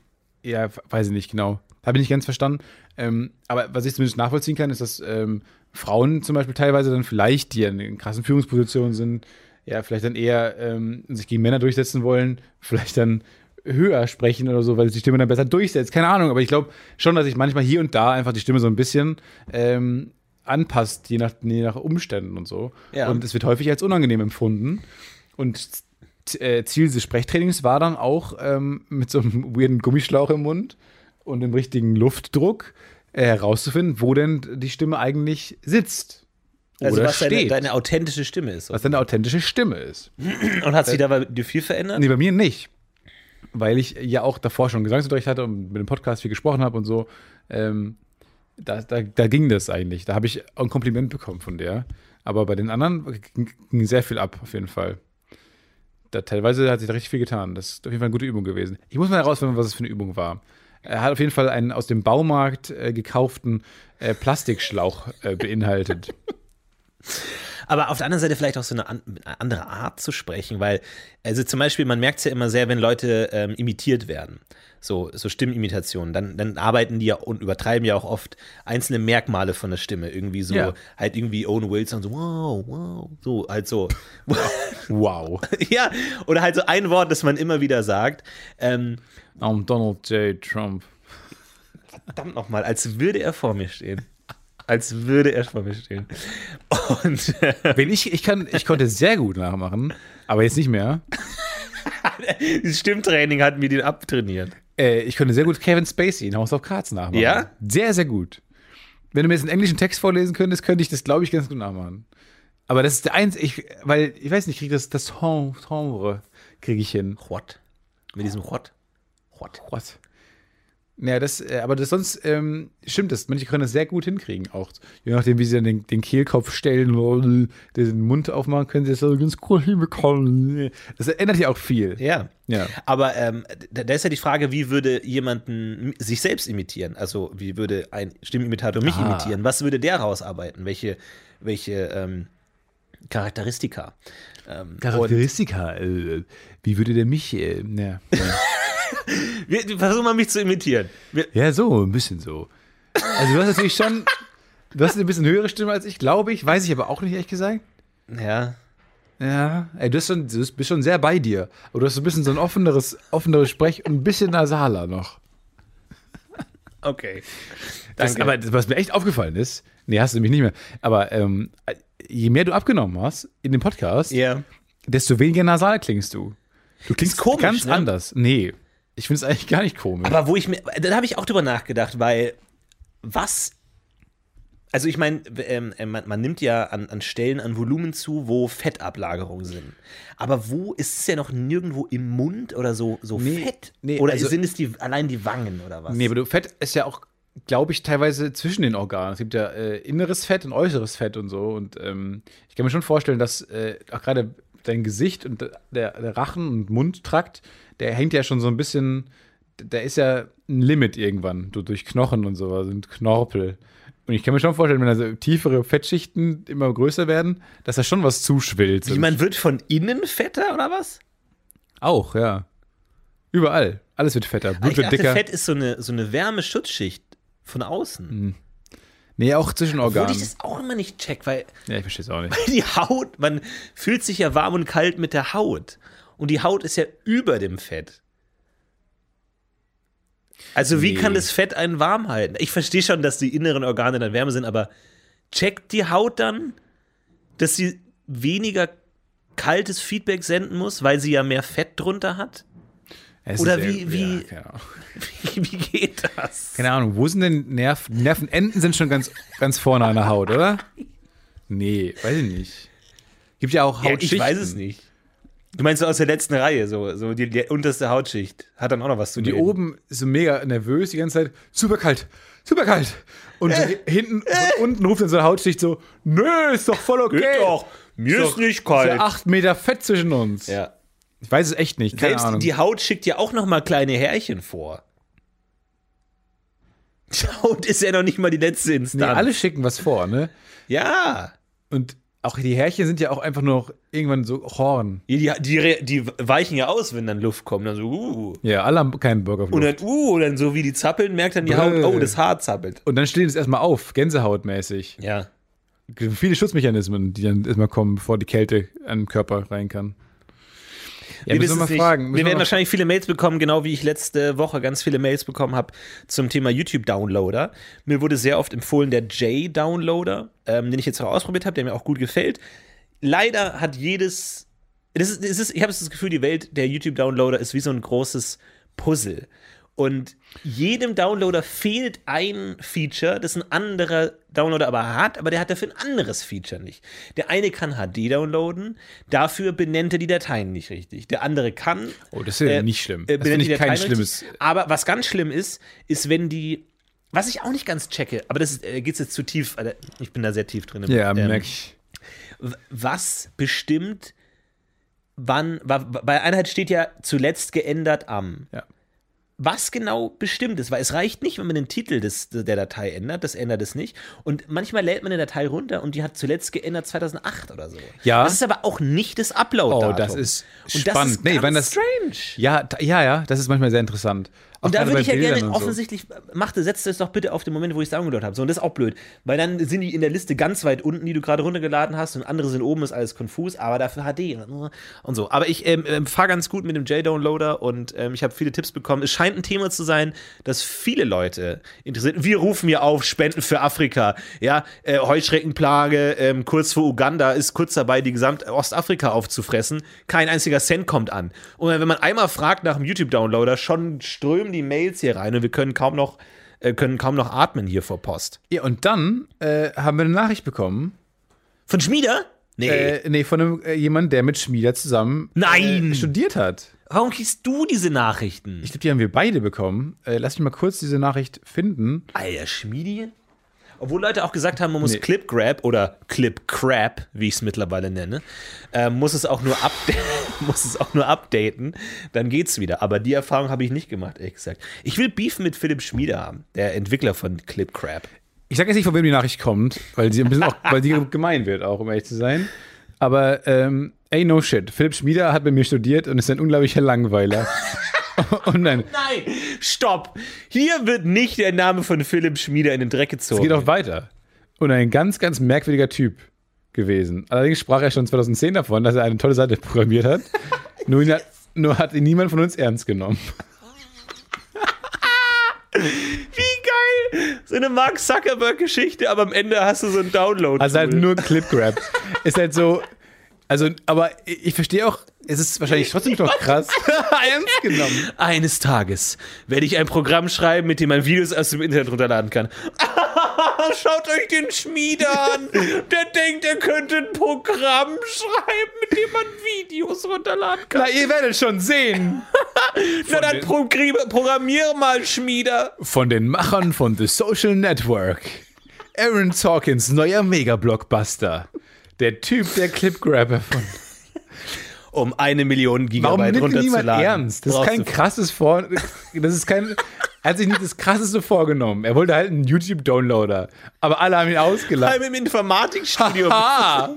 S1: eher, weiß ich nicht genau. Habe ich nicht ganz verstanden. Ähm, aber was ich zumindest nachvollziehen kann, ist, dass ähm, Frauen zum Beispiel teilweise dann vielleicht, die in, in krassen Führungspositionen sind, ja, vielleicht dann eher ähm, sich gegen Männer durchsetzen wollen, vielleicht dann höher sprechen oder so, weil sich die Stimme dann besser durchsetzt. Keine Ahnung, aber ich glaube schon, dass sich manchmal hier und da einfach die Stimme so ein bisschen ähm, anpasst, je nach, je nach Umständen und so.
S2: Ja.
S1: Und es wird häufig als unangenehm empfunden. Und t- äh, Ziel des Sprechtrainings war dann auch ähm, mit so einem weirden Gummischlauch im Mund und dem richtigen Luftdruck äh, herauszufinden, wo denn die Stimme eigentlich sitzt.
S2: Also
S1: oder
S2: was deine,
S1: steht.
S2: deine authentische Stimme ist.
S1: was deine authentische Stimme ist. Äh,
S2: Und hat sich dabei dir viel verändert?
S1: Nee, bei mir nicht. Weil ich ja auch davor schon Gesangsunterricht hatte und mit dem Podcast viel gesprochen habe und so. Ähm, da, da, da ging das eigentlich. Da habe ich auch ein Kompliment bekommen von der. Aber bei den anderen ging, ging sehr viel ab, auf jeden Fall. Da, teilweise hat sich da richtig viel getan. Das ist auf jeden Fall eine gute Übung gewesen. Ich muss mal herausfinden, was es für eine Übung war. Er hat auf jeden Fall einen aus dem Baumarkt äh, gekauften äh, Plastikschlauch äh, beinhaltet.
S2: Aber auf der anderen Seite vielleicht auch so eine, an, eine andere Art zu sprechen, weil, also zum Beispiel, man merkt es ja immer sehr, wenn Leute ähm, imitiert werden, so, so Stimmenimitationen, dann, dann arbeiten die ja und übertreiben ja auch oft einzelne Merkmale von der Stimme, irgendwie so,
S1: Ja.
S2: halt irgendwie Owen Wilson, so, wow, wow, so, halt so.
S1: Wow.
S2: ja, oder halt so ein Wort, das man immer wieder sagt. Ähm,
S1: Um Donald J. Trump.
S2: verdammt nochmal, als würde er vor mir stehen. Als würde er vor mir stehen. Und äh,
S1: Wenn ich, ich, kann, ich konnte sehr gut nachmachen, aber jetzt nicht mehr.
S2: dieses Stimmtraining hat mir den abtrainiert.
S1: Äh, ich konnte sehr gut Kevin Spacey in House of Cards nachmachen.
S2: Ja?
S1: Sehr, sehr gut. Wenn du mir jetzt einen englischen Text vorlesen könntest, könnte ich das, glaube ich, ganz gut nachmachen. Aber das ist der eins, ich, weil, ich weiß nicht, kriege das, das Gen- Genre, kriege ich hin.
S2: What? Mit diesem What? What?
S1: What? Naja, das, äh, aber das sonst ähm, stimmt das. Manche können das sehr gut hinkriegen, auch je nachdem, wie sie dann den, den Kehlkopf stellen oder den Mund aufmachen, können sie das so ganz cool hinbekommen. Das ändert ja auch viel.
S2: Ja.
S1: Ja.
S2: Aber ähm, da, da ist ja die Frage, wie würde jemanden m- sich selbst imitieren? Also wie würde ein Stimmimitator mich
S1: Ah.
S2: imitieren? Was würde der rausarbeiten? Welche, welche ähm, Charakteristika? Ähm,
S1: Charakteristika, äh, wie würde der mich, äh, ja.
S2: und- Wir- wir- Versuch mal, mich zu imitieren. Wir,
S1: ja, so, ein bisschen so. Also du hast natürlich schon, du hast eine bisschen höhere Stimme als ich, glaube ich, weiß ich aber auch nicht, ehrlich gesagt.
S2: ja.
S1: Ja, ey, du bist schon, du bist schon sehr bei dir, aber du hast so ein bisschen so ein offeneres, offeneres Sprech und ein bisschen nasaler noch.
S2: Okay.
S1: Das,
S2: Danke.
S1: aber das, was mir echt aufgefallen ist, nee, hast du nämlich nicht mehr, aber ähm, je mehr du abgenommen hast in dem Podcast,
S2: Ja.
S1: desto weniger nasal klingst du. Du klingst
S2: komisch,
S1: ganz
S2: ne?
S1: anders. Nee, ich finde es eigentlich gar nicht komisch.
S2: Aber wo ich mir, da habe ich auch drüber nachgedacht, weil was, also ich meine, ähm, ähm, man, man nimmt ja an, an Stellen an Volumen zu, wo Fettablagerungen sind. Aber wo ist es ja noch nirgendwo im Mund oder so, so
S1: Nee,
S2: fett?
S1: nee,
S2: oder
S1: also-
S2: sind es die, allein die Wangen oder was?
S1: Nee, aber du, Fett ist ja auch, glaube ich, teilweise zwischen den Organen. Es gibt ja äh, inneres Fett und äußeres Fett und so. Und ähm, ich kann mir schon vorstellen, dass äh, auch gerade dein Gesicht und der, der Rachen- und Mundtrakt, der hängt ja schon so ein bisschen, da ist ja ein Limit irgendwann, so durch Knochen und sowas und Knorpel. Und ich kann mir schon vorstellen, wenn da so tiefere Fettschichten immer größer werden, dass da schon was zuschwillt.
S2: Wie, man wird von innen fetter oder was?
S1: auch, ja. Überall. Alles wird fetter.
S2: Aber
S1: Blut
S2: Ah, Ich
S1: wird
S2: dachte,
S1: dicker.
S2: Fett ist so eine, so eine Wärmeschutzschicht von außen.
S1: Hm, Nee, auch zwischen
S2: Obwohl
S1: Organen.
S2: ich das auch immer nicht check, weil
S1: ja, ich verstehe es auch nicht.
S2: die Haut, man fühlt sich ja warm und kalt mit der Haut. Und die Haut ist ja über dem Fett. Also, wie
S1: Nee.
S2: kann das Fett einen warm halten? Ich verstehe schon, dass die inneren Organe dann wärmer sind, aber checkt die Haut dann, dass sie weniger kaltes Feedback senden muss, weil sie ja mehr Fett drunter hat?
S1: Es
S2: Oder
S1: ist
S2: wie-
S1: sehr-
S2: wie-
S1: Ja, keine, Ahnung.
S2: Wie, wie geht das?
S1: keine Ahnung, wo sind denn Nerv Nervenenden sind schon ganz, ganz vorne an der Haut, oder? Nee, weiß ich nicht. Gibt ja auch
S2: Ja,
S1: Hautschichten.
S2: ich weiß es nicht. Du meinst so aus der letzten Reihe, so, so die, die unterste Hautschicht hat dann auch noch was zu
S1: Die
S2: reden.
S1: oben ist so mega nervös die ganze Zeit. Super kalt, super kalt. Und
S2: Äh.
S1: hinten, von unten ruft dann so eine Hautschicht so, nö, ist doch voll okay.
S2: Geht doch,
S1: Ist
S2: mir ist
S1: doch-
S2: nicht
S1: Ist
S2: kalt.
S1: ja acht Meter Fett zwischen uns.
S2: Ja.
S1: Ich weiß es echt nicht, keine
S2: Selbst
S1: Ahnung.
S2: die Haut schickt ja auch noch mal kleine Härchen vor. Und ist ja noch nicht mal die letzte
S1: Nee,
S2: Instanz.
S1: alle schicken was vor, ne?
S2: ja.
S1: Und auch die Härchen sind ja auch einfach nur noch irgendwann so Horn.
S2: Die, die, die, re- die weichen ja aus, wenn dann Luft kommt. Dann so, uh.
S1: Ja, alle haben keinen Bock auf
S2: Und
S1: Luft.
S2: dann, uh, und dann so wie die zappeln, merkt dann die
S1: Brrr.
S2: Haut, oh, das Haar zappelt.
S1: Und dann stehen es erstmal auf, Gänsehautmäßig.
S2: Ja.
S1: Viele Schutzmechanismen, die dann erstmal kommen, bevor die Kälte an den Körper rein kann. Ja,
S2: wir
S1: müssen
S2: wissen
S1: wir mal
S2: es nicht.
S1: fragen. Müssen
S2: wir werden
S1: mal
S2: wahrscheinlich viele Mails bekommen, genau wie ich letzte Woche ganz viele Mails bekommen habe zum Thema YouTube-Downloader. Mir wurde sehr oft empfohlen der J-Downloader, ähm, den ich jetzt auch ausprobiert habe, der mir auch gut gefällt. Leider hat jedes. Das ist, es ist, ich habe das Gefühl, die Welt der YouTube-Downloader ist wie so ein großes Puzzle. Und jedem Downloader fehlt ein Feature, das ein anderer Downloader aber hat, aber der hat dafür ein anderes Feature nicht. Der eine kann HD downloaden, dafür benennt er die Dateien nicht richtig. Der andere kann.
S1: Oh, das ist ja
S2: äh,
S1: nicht schlimm.
S2: äh,
S1: Das finde
S2: benennt die
S1: ich kein
S2: Dateien
S1: schlimmes.
S2: Richtig. Aber was ganz schlimm ist, ist, wenn die. Was ich auch nicht ganz checke, aber das ist, äh, geht's jetzt zu tief. Alter, Ich bin da sehr tief drin.
S1: Ja,
S2: Ähm,
S1: merke ich.
S2: w- was bestimmt, wann, wa- bei Einheit steht ja zuletzt geändert am.
S1: Ja.
S2: Was genau bestimmt ist, weil es reicht nicht, wenn man den Titel des, der Datei ändert, das ändert es nicht. Und manchmal lädt man eine Datei runter und die hat zuletzt geändert 2008 oder so.
S1: Ja.
S2: Das ist aber auch nicht das Upload-Datum.
S1: Oh, das ist
S2: und das
S1: spannend.
S2: ist
S1: Nee,
S2: ganz
S1: wenn das-
S2: strange.
S1: Ja, da- ja, ja, das ist manchmal sehr interessant. Auch
S2: Und da
S1: gerade
S2: würde
S1: bei
S2: ich ja
S1: Bildern
S2: gerne
S1: und so.
S2: offensichtlich, machte, setzt es doch bitte auf den Moment, wo ich es downgeloadet habe. So, und das ist auch blöd, weil dann sind die in der Liste ganz weit unten, die du gerade runtergeladen hast, und andere sind oben, ist alles konfus, aber dafür HD und so. Aber ich ähm, ähm, fahre ganz gut mit dem J-Downloader und ähm, ich habe viele Tipps bekommen. Es scheint ein Thema zu sein, das viele Leute interessiert. Wir rufen hier auf, Spenden für Afrika, ja, äh, Heuschreckenplage, ähm, kurz vor Uganda, ist kurz dabei, die gesamte Ostafrika aufzufressen. Kein einziger Cent kommt an. Und wenn man einmal fragt nach dem YouTube-Downloader, schon strömen die Mails hier rein und wir können kaum noch, äh, können kaum noch atmen hier vor Post.
S1: Ja, und dann äh, haben wir eine Nachricht bekommen.
S2: Von Schmieder? Nee.
S1: Äh, nee, von einem, äh, jemand, der mit Schmieder zusammen
S2: Nein!
S1: Äh, studiert hat.
S2: Warum kriegst du diese Nachrichten?
S1: Ich glaube, die haben wir beide bekommen. Äh, lass mich mal kurz diese Nachricht finden.
S2: Alter, Schmiedi? Obwohl Leute auch gesagt haben, man muss
S1: Nee.
S2: Clip Grab oder Clip Crap, wie ich es mittlerweile nenne, äh, muss, es auch nur upda- muss es auch nur updaten, dann geht's wieder. Aber die Erfahrung habe ich nicht gemacht, ehrlich gesagt. Ich will Beef mit Philipp Schmieder haben, der Entwickler von Clip Crap.
S1: Ich sage jetzt nicht, von wem die Nachricht kommt, weil sie ein bisschen auch, weil die gemein wird, auch um ehrlich zu sein. Aber ähm, ey, no shit. Philipp Schmieder hat bei mir studiert und ist ein unglaublicher Langweiler. und nein,
S2: Nein, stopp! Hier wird nicht der Name von Philipp Schmieder in den Dreck
S1: Es geht
S2: gezogen.
S1: auch weiter. Und ein ganz, ganz merkwürdiger Typ gewesen. Allerdings sprach er schon 2010 davon, dass er eine tolle Seite programmiert hat. nur, ihn hat nur hat ihn niemand von uns ernst genommen.
S2: Wie geil! So eine Mark Zuckerberg-Geschichte, aber am Ende hast du so einen Download.
S1: Also halt nur Clip Grab. Ist halt so. Also, aber ich ich verstehe auch, es ist wahrscheinlich trotzdem noch krass. ernst genommen.
S2: Eines Tages werde ich ein Programm schreiben, mit dem man Videos aus dem Internet runterladen kann. Schaut euch den Schmied an. Der denkt, er könnte ein Programm schreiben, mit dem man Videos runterladen kann.
S1: Na, ihr werdet schon sehen.
S2: Na dann
S1: den-
S2: progri- programmier mal, Schmieder.
S1: Von den Machern von The Social Network. Aaron Sorkins neuer Mega-Blockbuster. Der Typ, der Clip Grab erfunden
S2: Um eine Million
S1: Warum
S2: Gigabyte
S1: nimmt ihn niemand
S2: runterzuladen.
S1: ernst? Das ist
S2: Brauchst
S1: kein
S2: du-
S1: krasses Vor. Das ist kein. Er hat sich nicht das krasseste vorgenommen. Er wollte halt einen YouTube-Downloader. Aber alle haben ihn ausgelacht.
S2: Heim im Informatikstudium.
S1: Ah!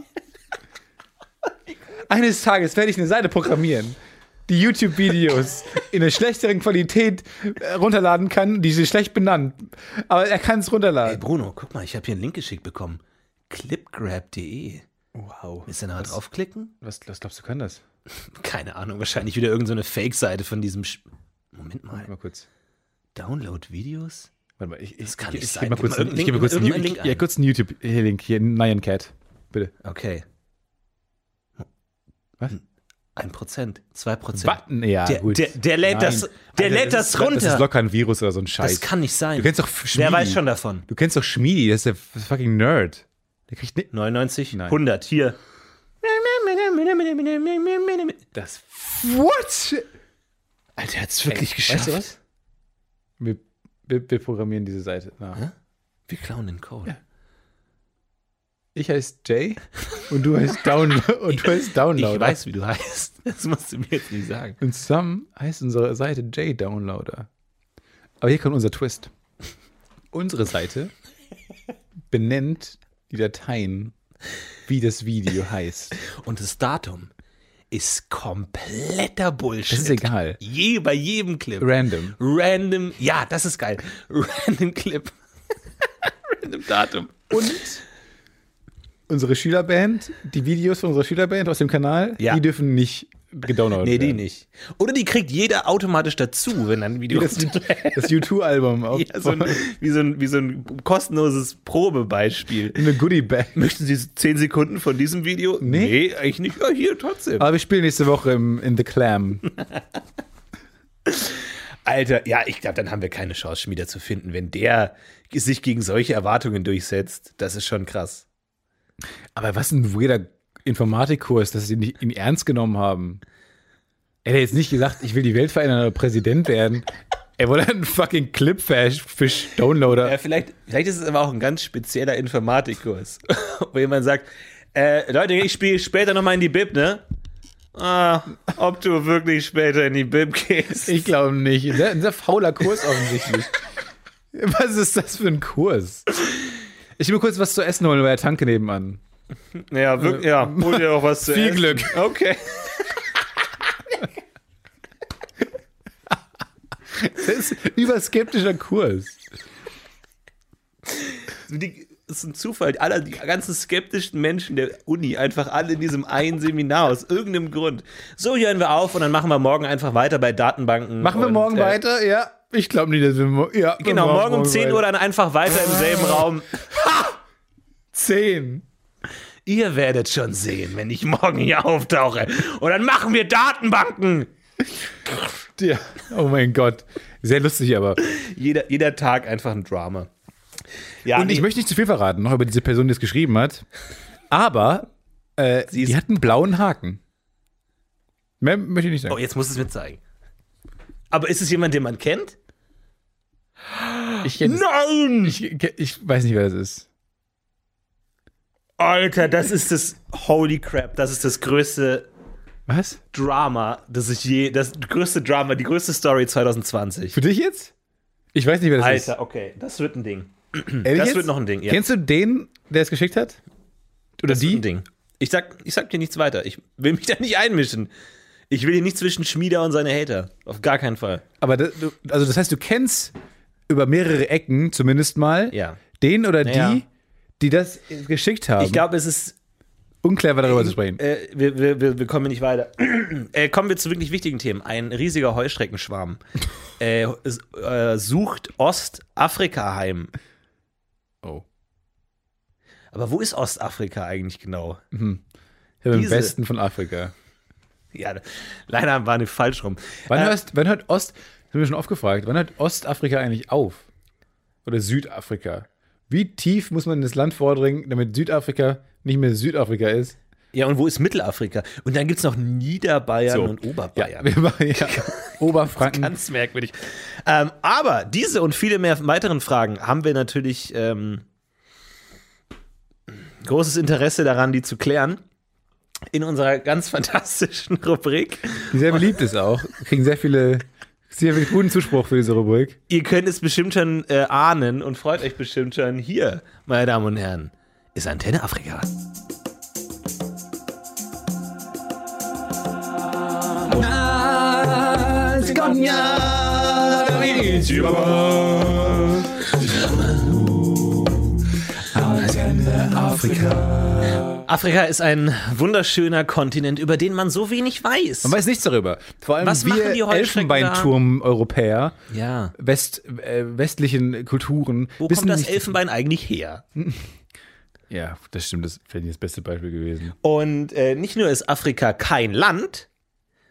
S1: Eines Tages werde ich eine Seite programmieren, die YouTube-Videos in einer schlechteren Qualität äh, runterladen kann. Die sind schlecht benannt. Aber er kann es runterladen.
S2: Bruno, guck mal, ich habe hier einen Link geschickt bekommen. Clipgrab.de.
S1: Wow.
S2: Willst du da mal draufklicken?
S1: Was, was glaubst du, kann das?
S2: Keine Ahnung, wahrscheinlich wieder irgendeine so Fake-Seite von diesem. Sch Moment mal,
S1: Mal kurz.
S2: Download-Videos?
S1: Warte mal, ich, ich,
S2: Das kann
S1: ich,
S2: nicht
S1: ich
S2: sein.
S1: gebe mal
S2: Gib
S1: kurz,
S2: mal
S1: einen- ich gebe kurz einen
S2: irgendeinen
S1: Link,
S2: Link
S1: ja,
S2: ein.
S1: kurz einen YouTube-Link hier, Nyan Cat. Bitte.
S2: Okay.
S1: Was?
S2: Ein Prozent, zwei Prozent.
S1: Button, ja,
S2: Der-
S1: gut.
S2: der- der
S1: Nein.
S2: lädt das- der lädt das
S1: ist, Das
S2: runter.
S1: ist locker ein Virus oder so ein Scheiß.
S2: Das kann nicht sein.
S1: du kennst doch Schmiedi.
S2: Wer weiß schon davon?
S1: Du kennst doch Schmiedi, das ist der fucking Nerd. Der kriegt nicht.
S2: 99,
S1: Nein.
S2: 100, hier.
S1: Das. What?
S2: Alter, hat's wirklich
S1: Ey,
S2: geschafft.
S1: weißt du was? Wir, wir, wir programmieren diese Seite. nach.
S2: Hä? Wir klauen den Code.
S1: Ich heiße Jay und du heißt Download. Und du heißt Downloader.
S2: Ich weiß, wie du heißt. Das musst du mir jetzt nicht sagen.
S1: Und zusammen heißt unsere Seite Jay Downloader. Aber hier kommt unser Twist. unsere Seite benennt die Dateien, wie das Video heißt.
S2: Und das Datum ist kompletter Bullshit.
S1: Das ist egal.
S2: Je, bei jedem Clip.
S1: Random.
S2: Random, ja, das ist geil. Random Clip. Random Datum.
S1: Und unsere Schülerband, die Videos von unserer Schülerband aus dem Kanal,
S2: Ja.
S1: die dürfen nicht gedownloadet
S2: Nee, die
S1: werden.
S2: nicht. Oder die kriegt jeder automatisch dazu, wenn ein Video
S1: Das, das U2-Album. auf-
S2: ja, so ein, wie, so ein, wie so ein kostenloses Probebeispiel.
S1: Eine Goodie-Bag.
S2: Möchten Sie 10 Sekunden von diesem Video?
S1: Nee.
S2: eigentlich nicht. Ja, hier trotzdem.
S1: Aber wir spielen nächste Woche im, in The Clam.
S2: Alter, ja, ich glaube, dann haben wir keine Chance, Schmieder zu finden, wenn der sich gegen solche Erwartungen durchsetzt. Das ist schon krass.
S1: Aber was ein weirder Informatikkurs, dass sie ihn nicht ihn ernst genommen haben. Er hat jetzt nicht gesagt, ich will die Welt verändern oder Präsident werden. Er wollte einen fucking
S2: Ja,
S1: Clipfish-Downloader.
S2: vielleicht, vielleicht ist es aber auch ein ganz spezieller Informatikkurs, wo jemand sagt, äh, Leute, ich spiele später nochmal in die Bib, ne? Ah, ob du wirklich später in die Bib gehst.
S1: Ich glaube nicht. Ein sehr, ein sehr fauler Kurs offensichtlich. was ist das für ein Kurs? Ich will kurz was zu essen holen bei der Tanke nebenan.
S2: Ja, wirklich, ja, hol dir auch was zu
S1: Viel
S2: essen.
S1: Glück.
S2: Okay.
S1: Das ist ein überskeptischer Kurs.
S2: Also Die, das ist ein Zufall. Alle, die ganzen skeptischen Menschen der Uni, einfach alle in diesem einen Seminar aus irgendeinem Grund. So hören wir auf und dann machen wir morgen einfach weiter bei Datenbanken.
S1: Machen wir
S2: und,
S1: morgen
S2: äh,
S1: weiter? Ja. Ich glaube nicht, dass wir mo ja, wir
S2: Genau,
S1: machen
S2: morgen um 10 Uhr
S1: weiter.
S2: dann einfach weiter im selben Raum.
S1: 10.
S2: Ihr werdet schon sehen, wenn ich morgen hier auftauche. Und dann machen wir Datenbanken.
S1: Ja. Oh mein Gott. Sehr lustig, aber.
S2: Jeder, jeder Tag einfach ein Drama. Ja,
S1: Und ich
S2: nee,
S1: möchte nicht zu viel verraten, noch über diese Person, die es geschrieben hat. Aber äh,
S2: Sie ist-
S1: die hat einen blauen Haken. Mehr möchte ich nicht sagen.
S2: oh, jetzt muss es mir zeigen. Aber ist es jemand, den man kennt?
S1: ich, kenn das-
S2: Nein!
S1: ich, ich weiß nicht, wer das ist.
S2: Alter, das ist das Holy Crap, das ist das größte
S1: Was?
S2: Drama, das ich je, das größte Drama, die größte Story 2020.
S1: Für dich jetzt? Ich weiß nicht, wer das
S2: Alter, okay, das wird ein Ding.
S1: ist. Ehrlich
S2: Das
S1: jetzt?
S2: wird noch ein Ding, ja.
S1: Kennst du den, der es geschickt hat? Oder
S2: das
S1: die?
S2: wird ein Ding. Ich sag, ich sag dir nichts weiter. Ich will mich da nicht einmischen. Ich will hier nicht zwischen Schmieder und seine Hater. Auf gar keinen Fall.
S1: Aber das, du- also das heißt, du kennst über mehrere Ecken zumindest mal
S2: Ja.
S1: den oder
S2: Ja.
S1: die, die das geschickt haben.
S2: Ich glaube, es ist.
S1: Unclever darüber zu sprechen.
S2: Äh, wir, wir, wir, wir kommen hier nicht weiter. äh, kommen wir zu wirklich wichtigen Themen. Ein riesiger Heuschreckenschwarm äh, s- äh, sucht Ostafrika heim.
S1: Oh.
S2: Aber wo ist Ostafrika eigentlich genau?
S1: Ich habe im
S2: Diese-
S1: Westen von Afrika.
S2: Ja, leider waren wir falsch rum.
S1: Wann,
S2: Äh,
S1: hörst, wann hört Ost, das haben wir schon oft gefragt, wann hört Ostafrika eigentlich auf? Oder Südafrika? Wie tief muss man in das Land vordringen, damit Südafrika nicht mehr Südafrika ist?
S2: Ja, und wo ist Mittelafrika? Und dann gibt es noch Niederbayern und
S1: ja,
S2: Oberbayern.
S1: wir machen ja Oberfranken.
S2: Ganz merkwürdig. Ähm, aber diese und viele mehr weiteren Fragen haben wir natürlich ähm, großes Interesse daran, die zu klären. In unserer ganz fantastischen Rubrik.
S1: Die sehr beliebt ist auch. Kriegen sehr viele, sehr viel guten Zuspruch für diese Rubrik.
S2: Ihr könnt es bestimmt schon äh, ahnen und freut euch bestimmt schon. Hier, meine Damen und Herren, ist Antenne Afrika. Afrika ist ein wunderschöner Kontinent, über den man so wenig weiß.
S1: Man weiß nichts darüber. Vor allem
S2: Was machen
S1: wir
S2: die Heuschrecken da?
S1: Elfenbeinturm-Europäer,
S2: ja.
S1: West, äh, westlichen Kulturen.
S2: Wo
S1: wissen
S2: kommt das
S1: nicht-
S2: Elfenbein eigentlich her?
S1: Ja, das stimmt, das wäre das beste Beispiel gewesen.
S2: Und äh, nicht nur ist Afrika kein Land,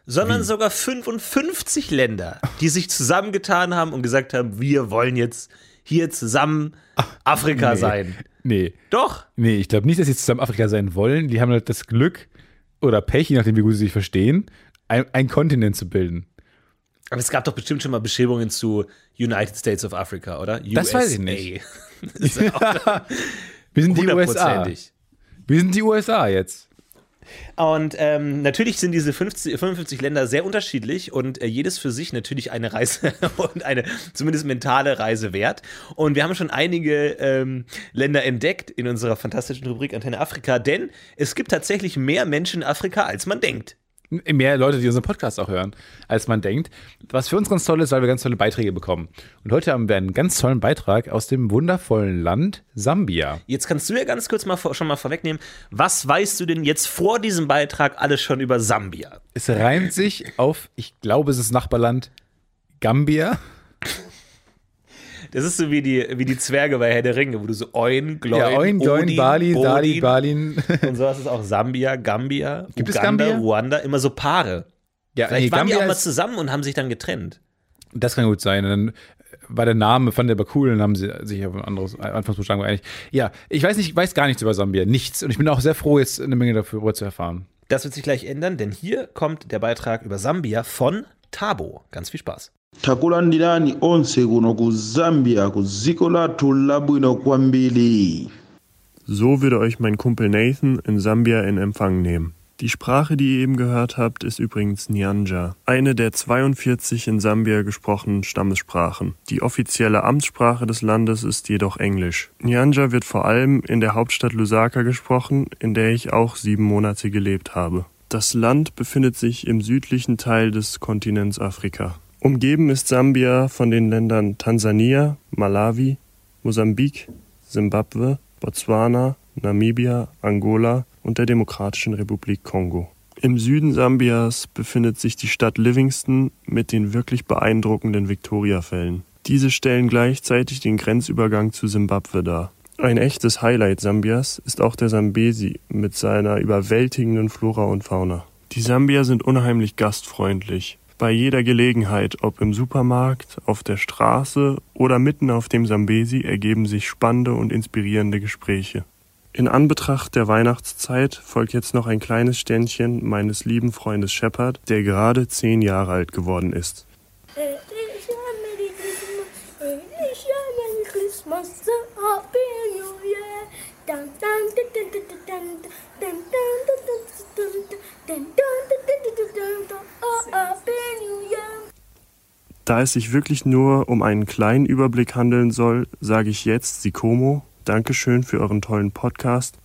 S2: sondern sogar 55 Länder, die sich zusammengetan haben und gesagt haben, wir wollen jetzt hier zusammen Afrika sein.
S1: Nee.
S2: Doch,
S1: Nee, ich glaube nicht, dass sie zusammen Afrika sein wollen. Die haben halt das Glück oder Pech, je nachdem, wie gut sie sich verstehen, ein, ein Kontinent zu bilden.
S2: aber es gab doch bestimmt schon mal Beschreibungen zu United States of Africa, oder?
S1: Das weiß ich
S2: USA.
S1: nicht. Wir sind die USA.
S2: Hundertprozentig.
S1: Wir sind die USA jetzt.
S2: Und ähm, natürlich sind diese 50, 55 Länder sehr unterschiedlich und äh, jedes für sich natürlich eine Reise und eine zumindest mentale Reise wert. Und wir haben schon einige ähm, Länder entdeckt in unserer fantastischen Rubrik Antenne Afrika, denn es gibt tatsächlich mehr Menschen in Afrika, als man denkt.
S1: mehr Leute, die unseren Podcast auch hören, als man denkt. Was für uns ganz toll ist, weil wir ganz tolle Beiträge bekommen. Und heute haben wir einen ganz tollen Beitrag aus dem wundervollen Land Sambia.
S2: Jetzt kannst du ja ganz kurz mal vor, schon mal vorwegnehmen, was weißt du denn jetzt vor diesem Beitrag alles schon über Sambia?
S1: Es reimt sich auf, ich glaube, es ist Nachbarland Gambia.
S2: Das ist so wie die, wie die Zwerge bei Herr der Ringe, wo du so Oin, Gloin,
S1: ja, Oin, Gloin,
S2: Odin,
S1: Bali, Dali,
S2: Bodin
S1: Balin.
S2: Und sowas ist auch Sambia, Gambia,
S1: Gibt es
S2: Uganda,
S1: Gambia?
S2: Ruanda, immer so Paare.
S1: Ja,
S2: Vielleicht waren die auch
S1: Gambia
S2: mal
S1: ist-
S2: zusammen und haben sich dann getrennt.
S1: Das kann gut sein. Dann war der Name, fand er aber cool und haben sie sich auf ein anderes Anfangsbuchstaben geeinigt. Ja, ich weiß nicht, weiß gar nichts über Sambia. Nichts. Und ich bin auch sehr froh, jetzt eine Menge darüber zu erfahren.
S2: Das wird sich gleich ändern, denn hier kommt der Beitrag über Sambia von Tabo. Ganz viel Spaß.
S3: takulandirani onse kuno ku zambia ku dziko lathu labwino kwambiri
S4: So würde euch mein Kumpel Nathan in Sambia in Empfang nehmen. Die Sprache, die ihr eben gehört habt, ist übrigens Nyanja, eine der 42 in Sambia gesprochenen Stammessprachen. Die offizielle Amtssprache des Landes ist jedoch Englisch. Nyanja wird vor allem in der Hauptstadt Lusaka gesprochen, in der ich auch sieben Monate gelebt habe. Das Land befindet sich im südlichen Teil des Kontinents Afrika. Umgeben ist Sambia von den Ländern Tansania, Malawi, Mosambik, Simbabwe, Botswana, Namibia, Angola und der Demokratischen Republik Kongo. Im Süden Sambias befindet sich die Stadt Livingston mit den wirklich beeindruckenden Victoriafällen. Diese stellen gleichzeitig den Grenzübergang zu Simbabwe dar. Ein echtes Highlight Sambias ist auch der Sambesi mit seiner überwältigenden Flora und Fauna. Die Sambier sind unheimlich gastfreundlich. Bei jeder Gelegenheit, ob im Supermarkt, auf der Straße oder mitten auf dem Sambesi, ergeben sich spannende und inspirierende Gespräche. In Anbetracht der Weihnachtszeit folgt jetzt noch ein kleines Ständchen meines lieben Freundes Shepard, der gerade zehn Jahre alt geworden ist.
S5: Wish you a Merry Christmas. Wish you a Merry Christmas. A Happy New Year. Dun, dun, dun, dun, dun, dun, dun, dun, dun, dun, dun, dun, dun, dun, dun, dun, dun, dun, dun, dun. A Happy New Year.
S4: Da es sich wirklich nur um einen kleinen Überblick handeln soll, sage ich jetzt Sikomo, Dankeschön für euren tollen Podcast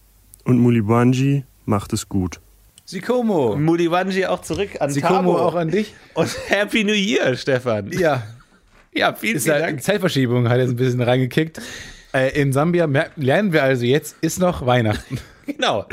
S4: und Mulibwanji, macht es gut.
S1: Sikomo.
S2: Mudiwanji auch zurück an
S1: Sikomo
S2: Tabo.
S1: auch an dich.
S2: und Happy New Year, Stefan.
S1: Ja.
S2: Ja, vielen,
S1: Ist
S2: vielen
S1: ja,
S2: Dank.
S1: Zeitverschiebung hat jetzt ein bisschen reingekickt. Äh, in Sambia mer- lernen wir also jetzt, ist noch Weihnachten.
S2: Genau.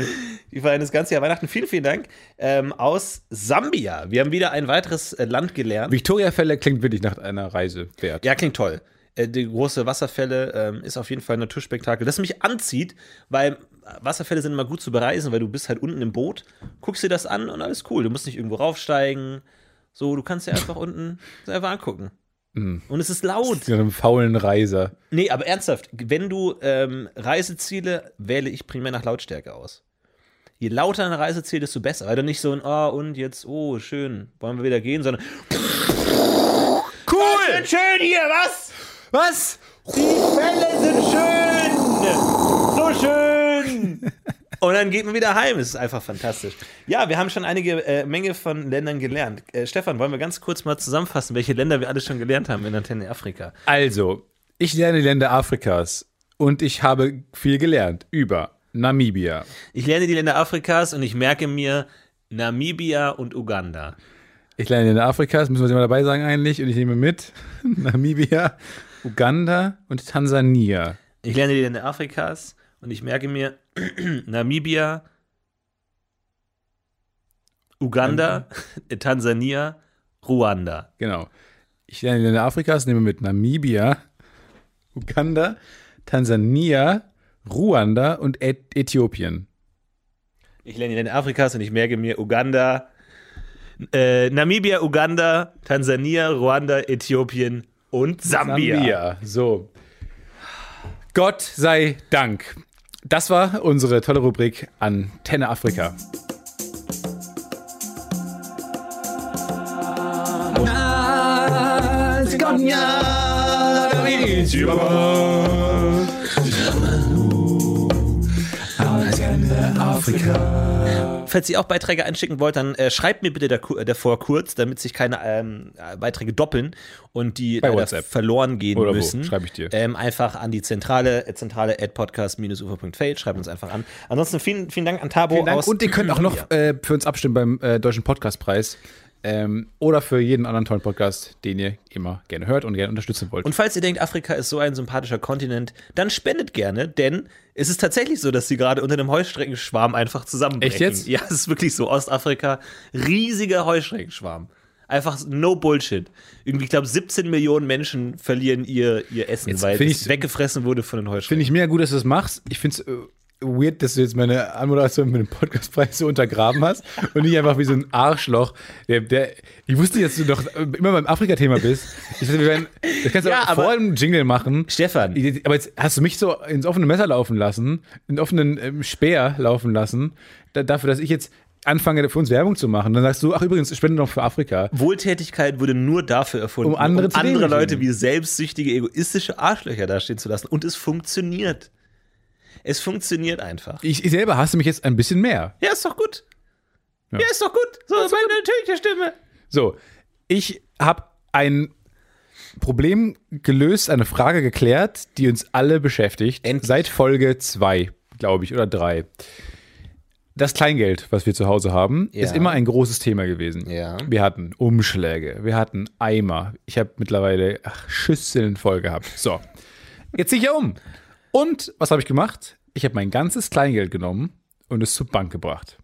S2: Wir feiern das ganze Jahr Weihnachten. Vielen, vielen Dank. Ähm, aus Sambia. Wir haben wieder ein weiteres äh, Land gelernt.
S1: Victoria-Fälle klingt wirklich nach einer Reise wert.
S2: Ja, klingt toll. Äh, die große Wasserfälle ähm, ist auf jeden Fall ein Naturspektakel, das mich anzieht, weil Wasserfälle sind immer gut zu bereisen, weil du bist halt unten im Boot, guckst dir das an und alles cool. Du musst nicht irgendwo raufsteigen. So, du kannst dir einfach unten einfach angucken. Und es ist laut.
S1: So einem faulen Reiser.
S2: Nee, aber ernsthaft, wenn du ähm, Reiseziele, wähle ich primär nach Lautstärke aus. Je lauter ein Reiseziel, desto besser. Weil du nicht so ein, ah und jetzt, oh, schön, wollen wir wieder gehen, sondern
S1: Cool!
S2: schön hier, was?
S1: Was?
S2: Fälle sind schön! So schön! Und dann geht man wieder heim. Es ist einfach fantastisch. Ja, wir haben schon einige äh, Menge von Ländern gelernt. Äh, Stefan, wollen wir ganz kurz mal zusammenfassen, welche Länder wir alle schon gelernt haben in Antenne Afrika?
S1: Also, ich lerne die Länder Afrikas und ich habe viel gelernt über Namibia,
S2: Ich lerne die Länder Afrikas und ich merke mir Namibia und Uganda.
S1: Ich lerne in Afrika, das müssen wir immer dabei sagen eigentlich. Und ich nehme mit Namibia, Uganda und Tansania.
S2: Ich lerne die Länder Afrikas und ich merke mir Namibia, Uganda, Tansania, Ruanda.
S1: Genau. Ich lerne die Länder Afrikas, nehme mit Namibia, Uganda, Tansania, Ruanda und Ä Äthiopien.
S2: Ich lerne die Länder Afrikas und ich merke mir Uganda, äh, Namibia, Uganda, Tansania, Ruanda, Äthiopien und Sambia.
S1: Sambia. So. Gott sei Dank. Das war unsere tolle Rubrik Antenne Afrika.
S2: Falls ihr auch Beiträge einschicken wollt, dann äh, schreibt mir bitte da, ku- äh, davor kurz, damit sich keine ähm, äh, Beiträge doppeln und die leider
S1: WhatsApp.
S2: verloren gehen
S1: Oder wo?
S2: müssen.
S1: Schreib ich dir.
S2: Ähm, einfach an die zentrale, äh, zentrale at podcast-ufer.fail. Schreibt uns einfach an. Ansonsten vielen, vielen Dank an Tabo
S1: Vielen Dank.
S2: aus.
S1: Und ihr könnt auch noch
S2: Ja.
S1: äh, für uns abstimmen beim äh, Deutschen Podcastpreis. Ähm, oder für jeden anderen tollen Podcast, den ihr immer gerne hört und gerne unterstützen wollt.
S2: Und falls ihr denkt, Afrika ist so ein sympathischer Kontinent, dann spendet gerne, denn es ist tatsächlich so, dass sie gerade unter einem Heuschreckenschwarm einfach zusammenbrechen.
S1: Echt jetzt?
S2: Ja, es ist wirklich so. Ostafrika, riesiger Heuschreckenschwarm. Einfach no bullshit. Irgendwie, ich glaube, 17 Millionen Menschen verlieren ihr, ihr Essen,
S1: Jetzt
S2: weil
S1: find
S2: es
S1: ich-
S2: weggefressen wurde von den Heuschrecken.
S1: Finde ich mega gut, dass du das machst. Ich finde es weird, dass du jetzt meine Anmoderation mit dem Podcastpreis so untergraben hast und nicht einfach wie so ein Arschloch. Der, der, ich wusste jetzt, dass du doch immer beim Afrika-Thema bist. Ich dachte, wir werden, das kannst du
S2: Ja,
S1: auch vor
S2: aber-
S1: dem Jingle machen.
S2: Stefan.
S1: Aber jetzt hast du mich so ins offene Messer laufen lassen, in offenen ähm, Speer laufen lassen, da, dafür, dass ich jetzt anfange, für uns Werbung zu machen. Dann sagst du, ach übrigens, ich spende noch für Afrika.
S2: Wohltätigkeit wurde nur dafür erfunden,
S1: Um andere zu
S2: andere
S1: demütigen.
S2: Leute wie selbstsüchtige, egoistische Arschlöcher dastehen zu lassen. Und es funktioniert. Es funktioniert einfach.
S1: Ich, ich selber hasse mich jetzt ein bisschen mehr.
S2: Ja, ist doch gut. Ja, ist doch gut. So, das ist meine natürliche Stimme.
S1: So, ich habe ein Problem gelöst, eine Frage geklärt, die uns alle beschäftigt. Seit Folge 2, glaube ich, oder 3. Das Kleingeld, was wir zu Hause haben,
S2: Ja.
S1: ist immer ein großes Thema gewesen.
S2: Ja.
S1: Wir hatten Umschläge, wir hatten Eimer. Ich habe mittlerweile ach, Schüsseln voll gehabt. So, jetzt ziehe ich ja um. Und was habe ich gemacht? Ich habe mein ganzes Kleingeld genommen und es zur Bank gebracht.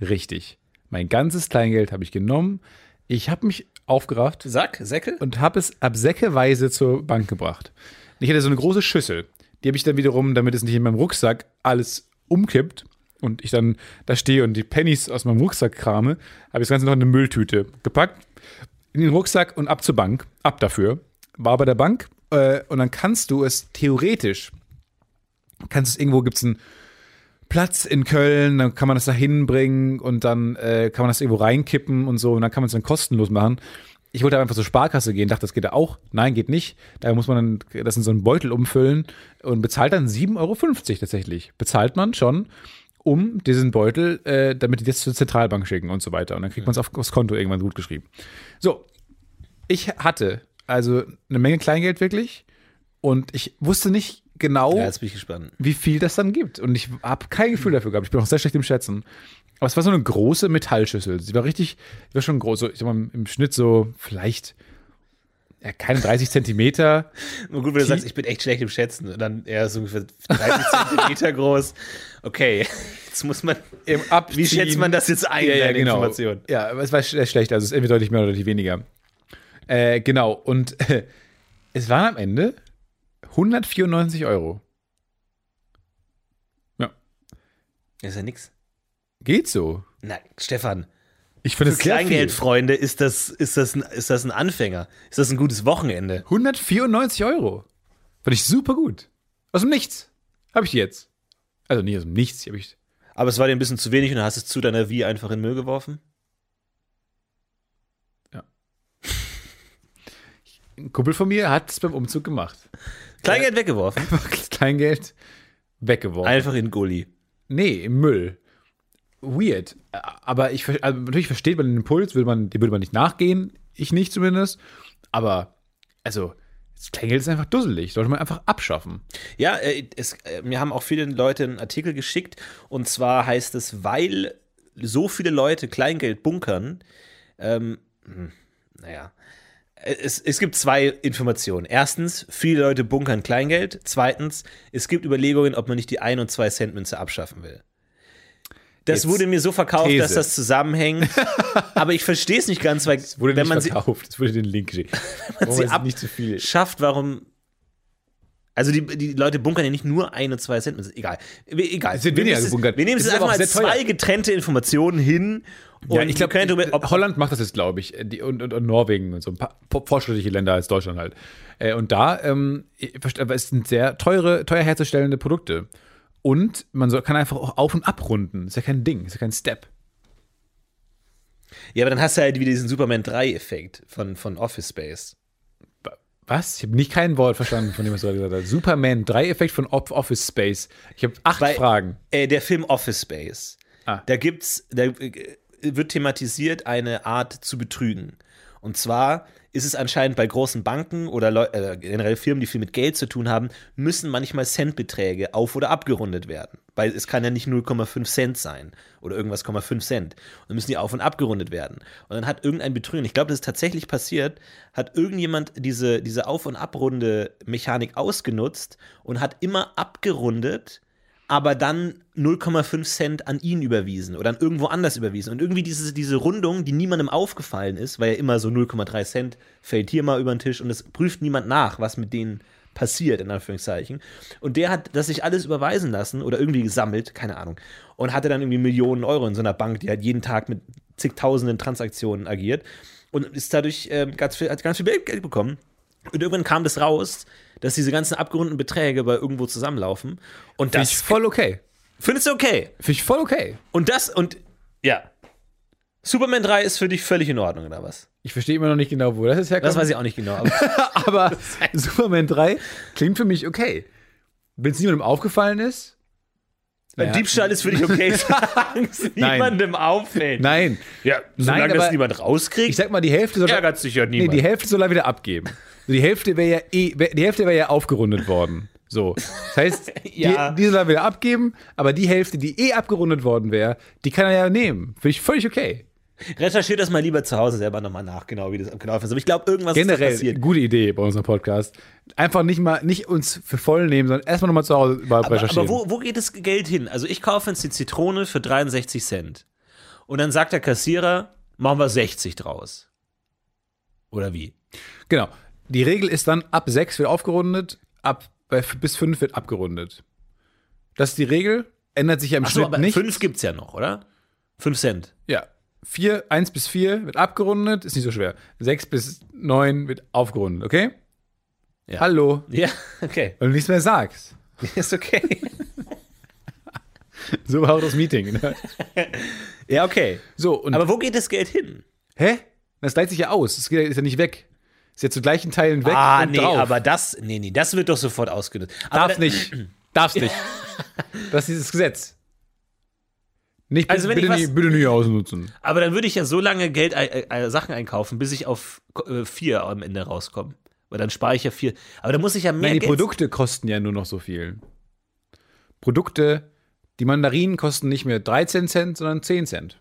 S1: Richtig. Mein ganzes Kleingeld habe ich genommen. Ich habe mich aufgerafft
S2: Sack, Säckel?
S1: und habe es ab säckeweise zur Bank gebracht. Und ich hatte so eine große Schüssel. Die habe ich dann wiederum, damit es nicht in meinem Rucksack alles umkippt und ich dann da stehe und die Pennies aus meinem Rucksack krame, habe ich das Ganze noch in eine Mülltüte gepackt, in den Rucksack und ab zur Bank. Ab dafür. War bei der Bank äh, und dann kannst du es theoretisch, kannst es irgendwo, gibt es einen Platz in Köln, dann kann man das da hinbringen und dann äh, kann man das irgendwo reinkippen und so und dann kann man es dann kostenlos machen. Ich wollte aber einfach zur Sparkasse gehen, dachte, das geht da auch. Nein, geht nicht. Da muss man dann das in so einen Beutel umfüllen und bezahlt dann 7,50 Euro tatsächlich. Bezahlt man schon um diesen Beutel, äh, damit die das zur Zentralbank schicken und so weiter. Und dann kriegt man es auf, aufs Konto irgendwann gut geschrieben. So, ich hatte also eine Menge Kleingeld wirklich und ich wusste nicht genau,
S2: Ja, jetzt bin ich gespannt.
S1: wie viel das dann gibt. Und ich habe kein Gefühl dafür gehabt. Ich bin auch sehr schlecht im Schätzen. Aber es war so eine große Metallschüssel. Sie war richtig, sie war schon groß. So, Ich sag mal, im Schnitt so vielleicht ja, keine 30 Zentimeter.
S2: Nur gut, wenn du sagst, ich bin echt schlecht im Schätzen. Und dann, er ist ungefähr 30 Zentimeter groß. Okay, jetzt muss man.
S1: Im Abziehen.
S2: Wie schätzt man das jetzt ein,
S1: Ja, ja
S2: deine
S1: genau.
S2: Information?
S1: Ja, aber es war sehr schlecht. Also es ist entweder deutlich mehr oder deutlich weniger. Äh, genau. Und äh, es waren am Ende 194 Euro.
S2: Ist ja nix.
S1: Geht so.
S2: Na, Stefan,
S1: Ich finde
S2: für Kleingeldfreunde ist das, ist, das ein, ist das ein Anfänger. Ist das ein gutes Wochenende?
S1: 194 Euro. Fand ich super gut. Aus dem Nichts. Habe ich die jetzt. Also nicht aus dem Nichts. die Hab ich,
S2: Aber es war dir ein bisschen zu wenig und du hast es zu deiner Wie einfach in den Müll geworfen?
S1: ein Kumpel von mir hat es beim Umzug gemacht.
S2: Kleingeld weggeworfen?
S1: Einfach das Kleingeld weggeworfen.
S2: Einfach in den Gully.
S1: nee, im Müll. Weird. Aber ich, ver- also natürlich versteht man den Impuls, würde man, dem würde man nicht nachgehen. Ich nicht zumindest. Aber, also, das Kleingeld ist einfach dusselig. Sollte man einfach abschaffen.
S2: Ja, äh, es, äh, mir haben auch viele Leute einen Artikel geschickt und zwar heißt es, weil so viele Leute Kleingeld bunkern, ähm, hm, naja. Äh, Es, es gibt zwei Informationen. Erstens, viele Leute bunkern Kleingeld. Zweitens, es gibt Überlegungen, ob man nicht die 1 und 2 Cent Münze abschaffen will. Das
S1: Jetzt
S2: wurde mir so verkauft,
S1: These.
S2: dass das zusammenhängt. aber ich verstehe es nicht ganz, weil
S1: Wurde
S2: wenn
S1: nicht
S2: man sie
S1: verkauft. Es wurde den Link geschickt. Warum
S2: sie
S1: ist
S2: ab-
S1: nicht zu viel.
S2: schafft, warum. Also die, die Leute bunkern ja nicht nur ein und zwei Cent. Das ist Egal. E- Egal.
S1: Es sind
S2: wir
S1: weniger
S2: nehmen es,
S1: gebunkert.
S2: wir nehmen es
S1: Es ist
S2: einfach
S1: aber auch
S2: als
S1: sehr teuer.
S2: zwei getrennte Informationen hin. Und
S1: ja, ich äh,
S2: wir können
S1: glaube,
S2: darüber- ob-
S1: Holland macht das jetzt, glaube ich, die, und, und, und Norwegen und so ein paar po- fortschrittliche Länder als Deutschland halt. Äh, und da, ähm, ich verste- aber es sind sehr teure, teuer herzustellende Produkte. Und man soll, kann einfach auch auf- und abrunden. Ist ja kein Ding, ist ja kein Step.
S2: ja, aber dann hast du halt wieder diesen Superman 3-Effekt von, von Office Space.
S1: Was? Ich habe nicht kein Wort verstanden von dem, was du gerade gesagt hast. Superman, drei Effekt von Op- Office Space. Ich habe acht
S2: Bei-
S1: Fragen.
S2: Äh, der Film Office Space.
S1: Ah.
S2: Da gibt's, da äh, wird thematisiert eine Art zu betrügen. Und zwar ist es anscheinend bei großen Banken oder Leu äh, generell Firmen, die viel mit Geld zu tun haben, müssen manchmal Centbeträge auf- oder abgerundet werden. Weil es kann ja nicht 0,5 Cent sein oder irgendwas 0,5 Cent. Und dann müssen die auf- und abgerundet werden. Und dann hat irgendein Betrüger, ich glaube, das ist tatsächlich passiert, hat irgendjemand diese, diese Auf- und Abrunde Mechanik ausgenutzt und hat immer abgerundet aber dann 0,5 Cent an ihn überwiesen oder an irgendwo anders überwiesen. Und irgendwie diese, diese Rundung, die niemandem aufgefallen ist, weil ja immer so 0,3 Cent fällt hier mal über den Tisch und es prüft niemand nach, was mit denen passiert, in Anführungszeichen. Und der hat das sich alles überweisen lassen oder irgendwie gesammelt, keine Ahnung, und hatte dann irgendwie Millionen Euro in so einer Bank, die halt jeden Tag mit zigtausenden Transaktionen agiert und ist dadurch ähm, ganz, viel, hat ganz viel Geld bekommen. Und irgendwann kam das raus, dass diese ganzen abgerundeten Beträge bei irgendwo zusammenlaufen. Und
S1: Finde ich
S2: das
S1: voll okay.
S2: Findest du okay?
S1: Finde ich voll okay.
S2: Und das und ja. Superman 3 ist für dich völlig in Ordnung, oder was?
S1: Ich verstehe immer noch nicht genau, wo das ist herkommt.
S2: Das weiß ich auch nicht genau. Aber
S1: aber Superman 3 klingt für mich okay. Wenn es niemandem aufgefallen ist.
S2: Ein Diebstahl ist für dich okay, solange es
S1: Nein.
S2: niemandem auffällt.
S1: Nein.
S2: Ja,
S1: Nein,
S2: solange
S1: aber-
S2: das niemand
S1: Ich
S2: rauskriegt,
S1: sag mal, die Hälfte soll.
S2: ärgert sich ja
S1: Nee,
S2: niemand.
S1: die Hälfte soll er wieder abgeben. Die Hälfte wäre ja eh, wär- die Hälfte wäre ja aufgerundet worden. So. Das heißt,
S2: Ja.
S1: die, die soll er wieder abgeben, aber die Hälfte, die eh abgerundet worden wäre, die kann er ja nehmen. Finde ich völlig okay.
S2: Recherchiert das mal lieber zu Hause selber nochmal nach, genau wie das abgelaufen ist. Aber ich glaube, irgendwas ist da
S1: Generell,
S2: passiert.
S1: gute Idee bei unserem Podcast. Einfach nicht mal, nicht uns für voll nehmen, sondern erstmal nochmal zu Hause über
S2: Aber,
S1: recherchieren.
S2: aber wo, wo geht das Geld hin? Also ich kaufe jetzt die Zitrone für 63 Cent. Und dann sagt der Kassierer, machen wir 60 draus. Oder wie?
S1: Genau. Die Regel ist dann, ab 6 wird aufgerundet, ab bei, f- bis 5 wird abgerundet. Das ist die Regel. Ändert sich ja im
S2: Ach so,
S1: Schnitt
S2: aber
S1: nicht.
S2: 5 gibt es ja noch, oder? 5 Cent.
S1: Ja. 4, 1 bis 4 wird abgerundet, ist nicht so schwer. 6 bis 9 wird aufgerundet, okay?
S2: Ja.
S1: Hallo.
S2: Ja, okay.
S1: Wenn du nichts mehr sagst.
S2: Ist okay.
S1: So war auch das Meeting. Ne?
S2: Ja, okay.
S1: So, und.
S2: Aber wo geht das Geld hin?
S1: hä? Das gleicht sich ja aus. Das geht- ist ja nicht weg. Ist ja zu gleichen Teilen weg.
S2: ah,
S1: und
S2: nee,
S1: drauf.
S2: aber das, nee, nee, das wird doch sofort ausgenutzt. Aber
S1: Darf
S2: da-
S1: nicht. Darf's nicht. Das ist dieses Gesetz. Nicht
S2: Also, wenn
S1: bitte,
S2: ich
S1: nie, bitte nie ausnutzen.
S2: Aber dann würde ich ja so lange Geld, äh, äh, Sachen einkaufen, bis ich auf äh, vier am Ende rauskomme. Weil dann spare ich ja vier. Aber dann muss ich ja mehr
S1: Nein, die
S2: Geld.
S1: Produkte kosten ja nur noch so viel. Produkte, die Mandarinen kosten nicht mehr 13 Cent, sondern 10 Cent.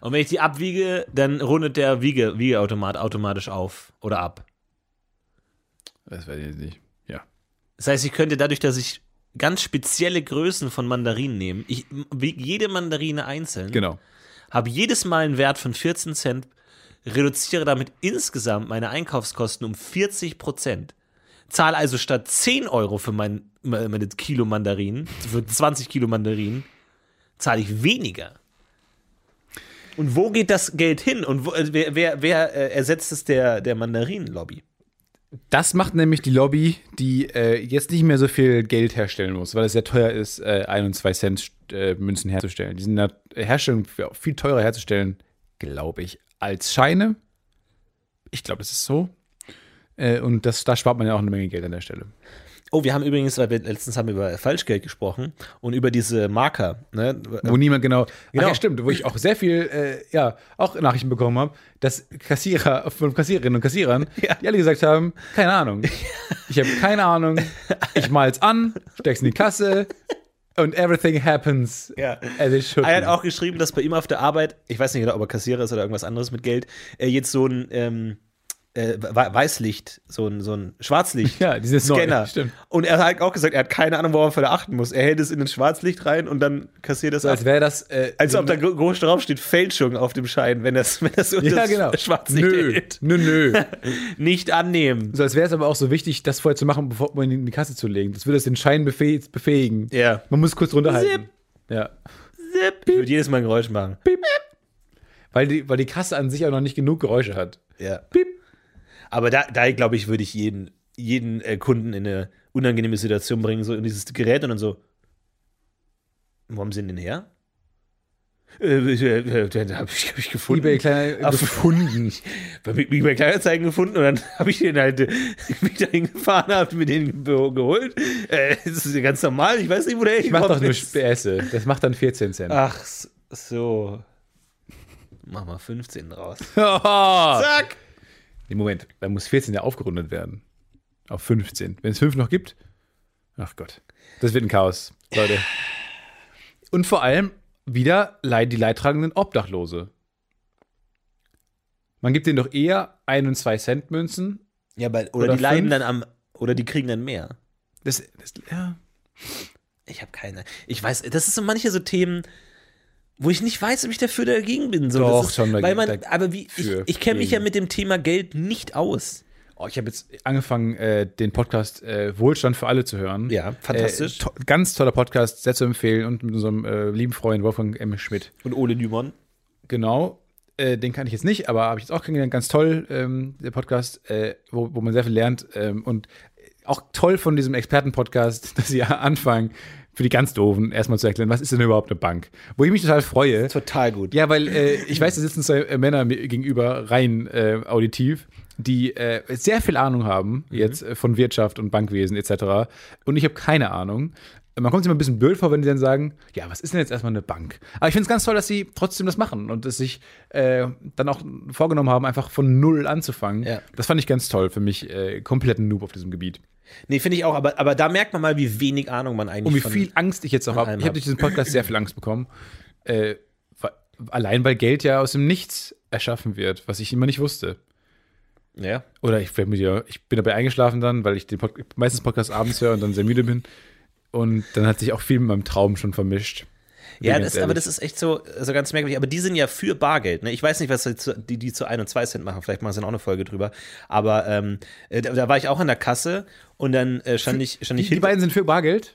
S2: Und wenn ich die abwiege, dann rundet der Wiege, Wiegeautomat automatisch auf oder ab.
S1: Das weiß ich jetzt nicht. Ja.
S2: Das heißt, ich könnte dadurch, dass ich ganz spezielle Größen von Mandarinen nehme, ich wiege jede Mandarine einzeln.
S1: Genau.
S2: habe jedes Mal einen Wert von 14 Cent, reduziere damit insgesamt meine Einkaufskosten um 40 Prozent. Zahle also statt 10 Euro für mein, meine Kilo Mandarinen, für 20 Kilo Mandarinen, zahle ich weniger. Und wo geht das Geld hin? Und wo, äh, wer, wer, wer äh, ersetzt es der, der Mandarinenlobby?
S1: Das macht nämlich die Lobby, die äh, jetzt nicht mehr so viel Geld herstellen muss, weil es sehr teuer ist, äh, 1 und 2 Cent äh, Münzen herzustellen. Die sind in der Herstellung viel teurer herzustellen, glaube ich, als Scheine. Ich glaube, das ist so. Äh, und das, da spart man ja auch eine Menge Geld an der Stelle.
S2: Oh, wir haben übrigens, weil wir letztens haben über Falschgeld gesprochen und über diese Marker. Ne?
S1: Wo niemand genau. Ach
S2: Genau.
S1: ja, stimmt, wo ich auch sehr viel, äh, ja, auch Nachrichten bekommen habe, dass Kassierer, von Kassiererinnen und Kassierern, die alle gesagt haben, keine Ahnung. Ich habe keine Ahnung. Ich mal's an, steck's in die Kasse und everything happens
S2: Ja.
S1: as it should.
S2: Er hat auch geschrieben, dass bei ihm auf der Arbeit, ich weiß nicht genau, ob er Kassierer ist oder irgendwas anderes mit Geld, äh, jetzt so ein ähm, äh, We- Weißlicht, so ein, so ein Schwarzlicht.
S1: ja, dieses
S2: Scanner.
S1: Neue, stimmt.
S2: Und er hat auch gesagt, er hat keine Ahnung, worauf er da achten muss. Er hält es in ein Schwarzlicht rein und dann kassiert es ab.
S1: Als wäre das. Äh,
S2: Als
S1: so
S2: ob da gro- groß drauf steht, Fälschung auf dem Schein, wenn das, wenn das unter
S1: ja,
S2: das
S1: genau.
S2: Schwarzlicht
S1: Nö,
S2: hält.
S1: nö, nö.
S2: Nicht annehmen.
S1: So, als wäre es aber auch so wichtig, das vorher zu machen, bevor man ihn in die Kasse zu legen. Das würde es den Schein befe befähigen.
S2: Ja.
S1: Man muss kurz runterhalten.
S2: Zip.
S1: Ja.
S2: Ich würde jedes Mal ein Geräusch machen.
S1: Weil die, weil die Kasse an sich auch noch nicht genug Geräusche hat.
S2: Ja. Aber da, da glaube ich, würde ich jeden, jeden äh, Kunden in eine unangenehme Situation bringen, so in dieses Gerät und dann so. Wo haben sie ihn denn her? Äh, äh, äh, dann habe ich, hab ich gefunden.
S1: eBay kleiner
S2: Auf-
S1: gefunden.
S2: Bei Big Big bei Kleinanzeigen gefunden und dann habe ich den halt äh, mich dahin gefahren, habe mir den ge- geholt. Äh, das ist ja ganz normal. Ich weiß nicht, wo der
S1: Ich mach doch nur
S2: ist.
S1: Späße. Das macht dann 14 Cent.
S2: Ach s- so. Mach mal 15 draus.
S1: Ah.
S2: Zack!
S1: Nee, Moment, da muss 14 ja aufgerundet werden. Auf 15. Wenn es 5 noch gibt, ach Gott. Das wird ein Chaos, Leute. Und vor allem wieder leid- die leidtragenden Obdachlose. Man gibt denen doch eher 1 und 2 Cent Münzen.
S2: Ja, aber, oder,
S1: Oder
S2: die
S1: fünf.
S2: leiden dann am. Oder die kriegen dann mehr.
S1: Das, das, ja.
S2: Ich habe keine. Ich weiß, das ist so manche so Themen, wo ich nicht weiß, ob ich dafür oder dagegen bin. So,
S1: Doch,
S2: das ist,
S1: schon
S2: weil
S1: dagegen-
S2: man, Aber wie, ich,
S1: dafür,
S2: ich kenne mich ja
S1: gegen.
S2: mit dem Thema Geld nicht aus.
S1: Oh, ich habe jetzt angefangen, äh, den Podcast äh, Wohlstand für alle zu hören.
S2: Ja, fantastisch.
S1: Äh, to ganz toller Podcast, sehr zu empfehlen. Und mit unserem äh, lieben Freund Wolfgang M. Schmidt.
S2: Und Ole Nymon.
S1: Genau. Äh, den kann ich jetzt nicht, aber habe ich jetzt auch kennengelernt. Ganz toll, ähm, der Podcast, äh, wo, wo man sehr viel lernt. Ähm, und auch toll von diesem Experten-Podcast, dass sie anfangen, für die ganz Doofen erstmal zu erklären, was ist denn überhaupt eine Bank? Wo ich mich total freue.
S2: Total gut.
S1: Ja, weil äh, ich weiß, da sitzen zwei äh, Männer mir gegenüber, rein äh, auditiv, die äh, sehr viel Ahnung haben,
S2: Mhm.
S1: jetzt äh, von Wirtschaft und Bankwesen etc. Und ich habe keine Ahnung. Man kommt sich immer ein bisschen blöd vor, wenn die dann sagen, ja, was ist denn jetzt erstmal eine Bank? Aber ich finde es ganz toll, dass sie trotzdem das machen und dass sich äh, dann auch vorgenommen haben, einfach von null anzufangen.
S2: Ja.
S1: Das fand ich ganz toll für mich, äh, kompletten Noob auf diesem Gebiet.
S2: Nee, finde ich auch, aber, aber da merkt man mal, wie wenig Ahnung man eigentlich
S1: Und wie
S2: von-
S1: viel Angst ich jetzt auch habe.
S2: allem
S1: Ich habe durch diesen Podcast sehr viel Angst bekommen. Äh, wa- allein weil Geld ja aus dem Nichts erschaffen wird, was ich immer nicht wusste.
S2: Ja.
S1: Oder ich, werd mit dir- ich bin dabei eingeschlafen dann, weil ich den Pod meistens Podcast abends höre und dann sehr müde bin. Und dann hat sich auch viel mit meinem Traum schon vermischt. Bin
S2: Ja,
S1: ganz
S2: das, aber
S1: ehrlich.
S2: das ist echt so, so ganz merkwürdig. Aber die sind ja für Bargeld. Ne? Ich weiß nicht, was die zu- die, die zu 1 und 2 Cent machen. Vielleicht machen sie dann auch eine Folge drüber. Aber ähm, äh, da, da war ich auch an der Kasse und dann äh, stand ich, stand ich
S1: Die, die
S2: hinter-
S1: beiden sind für Bargeld.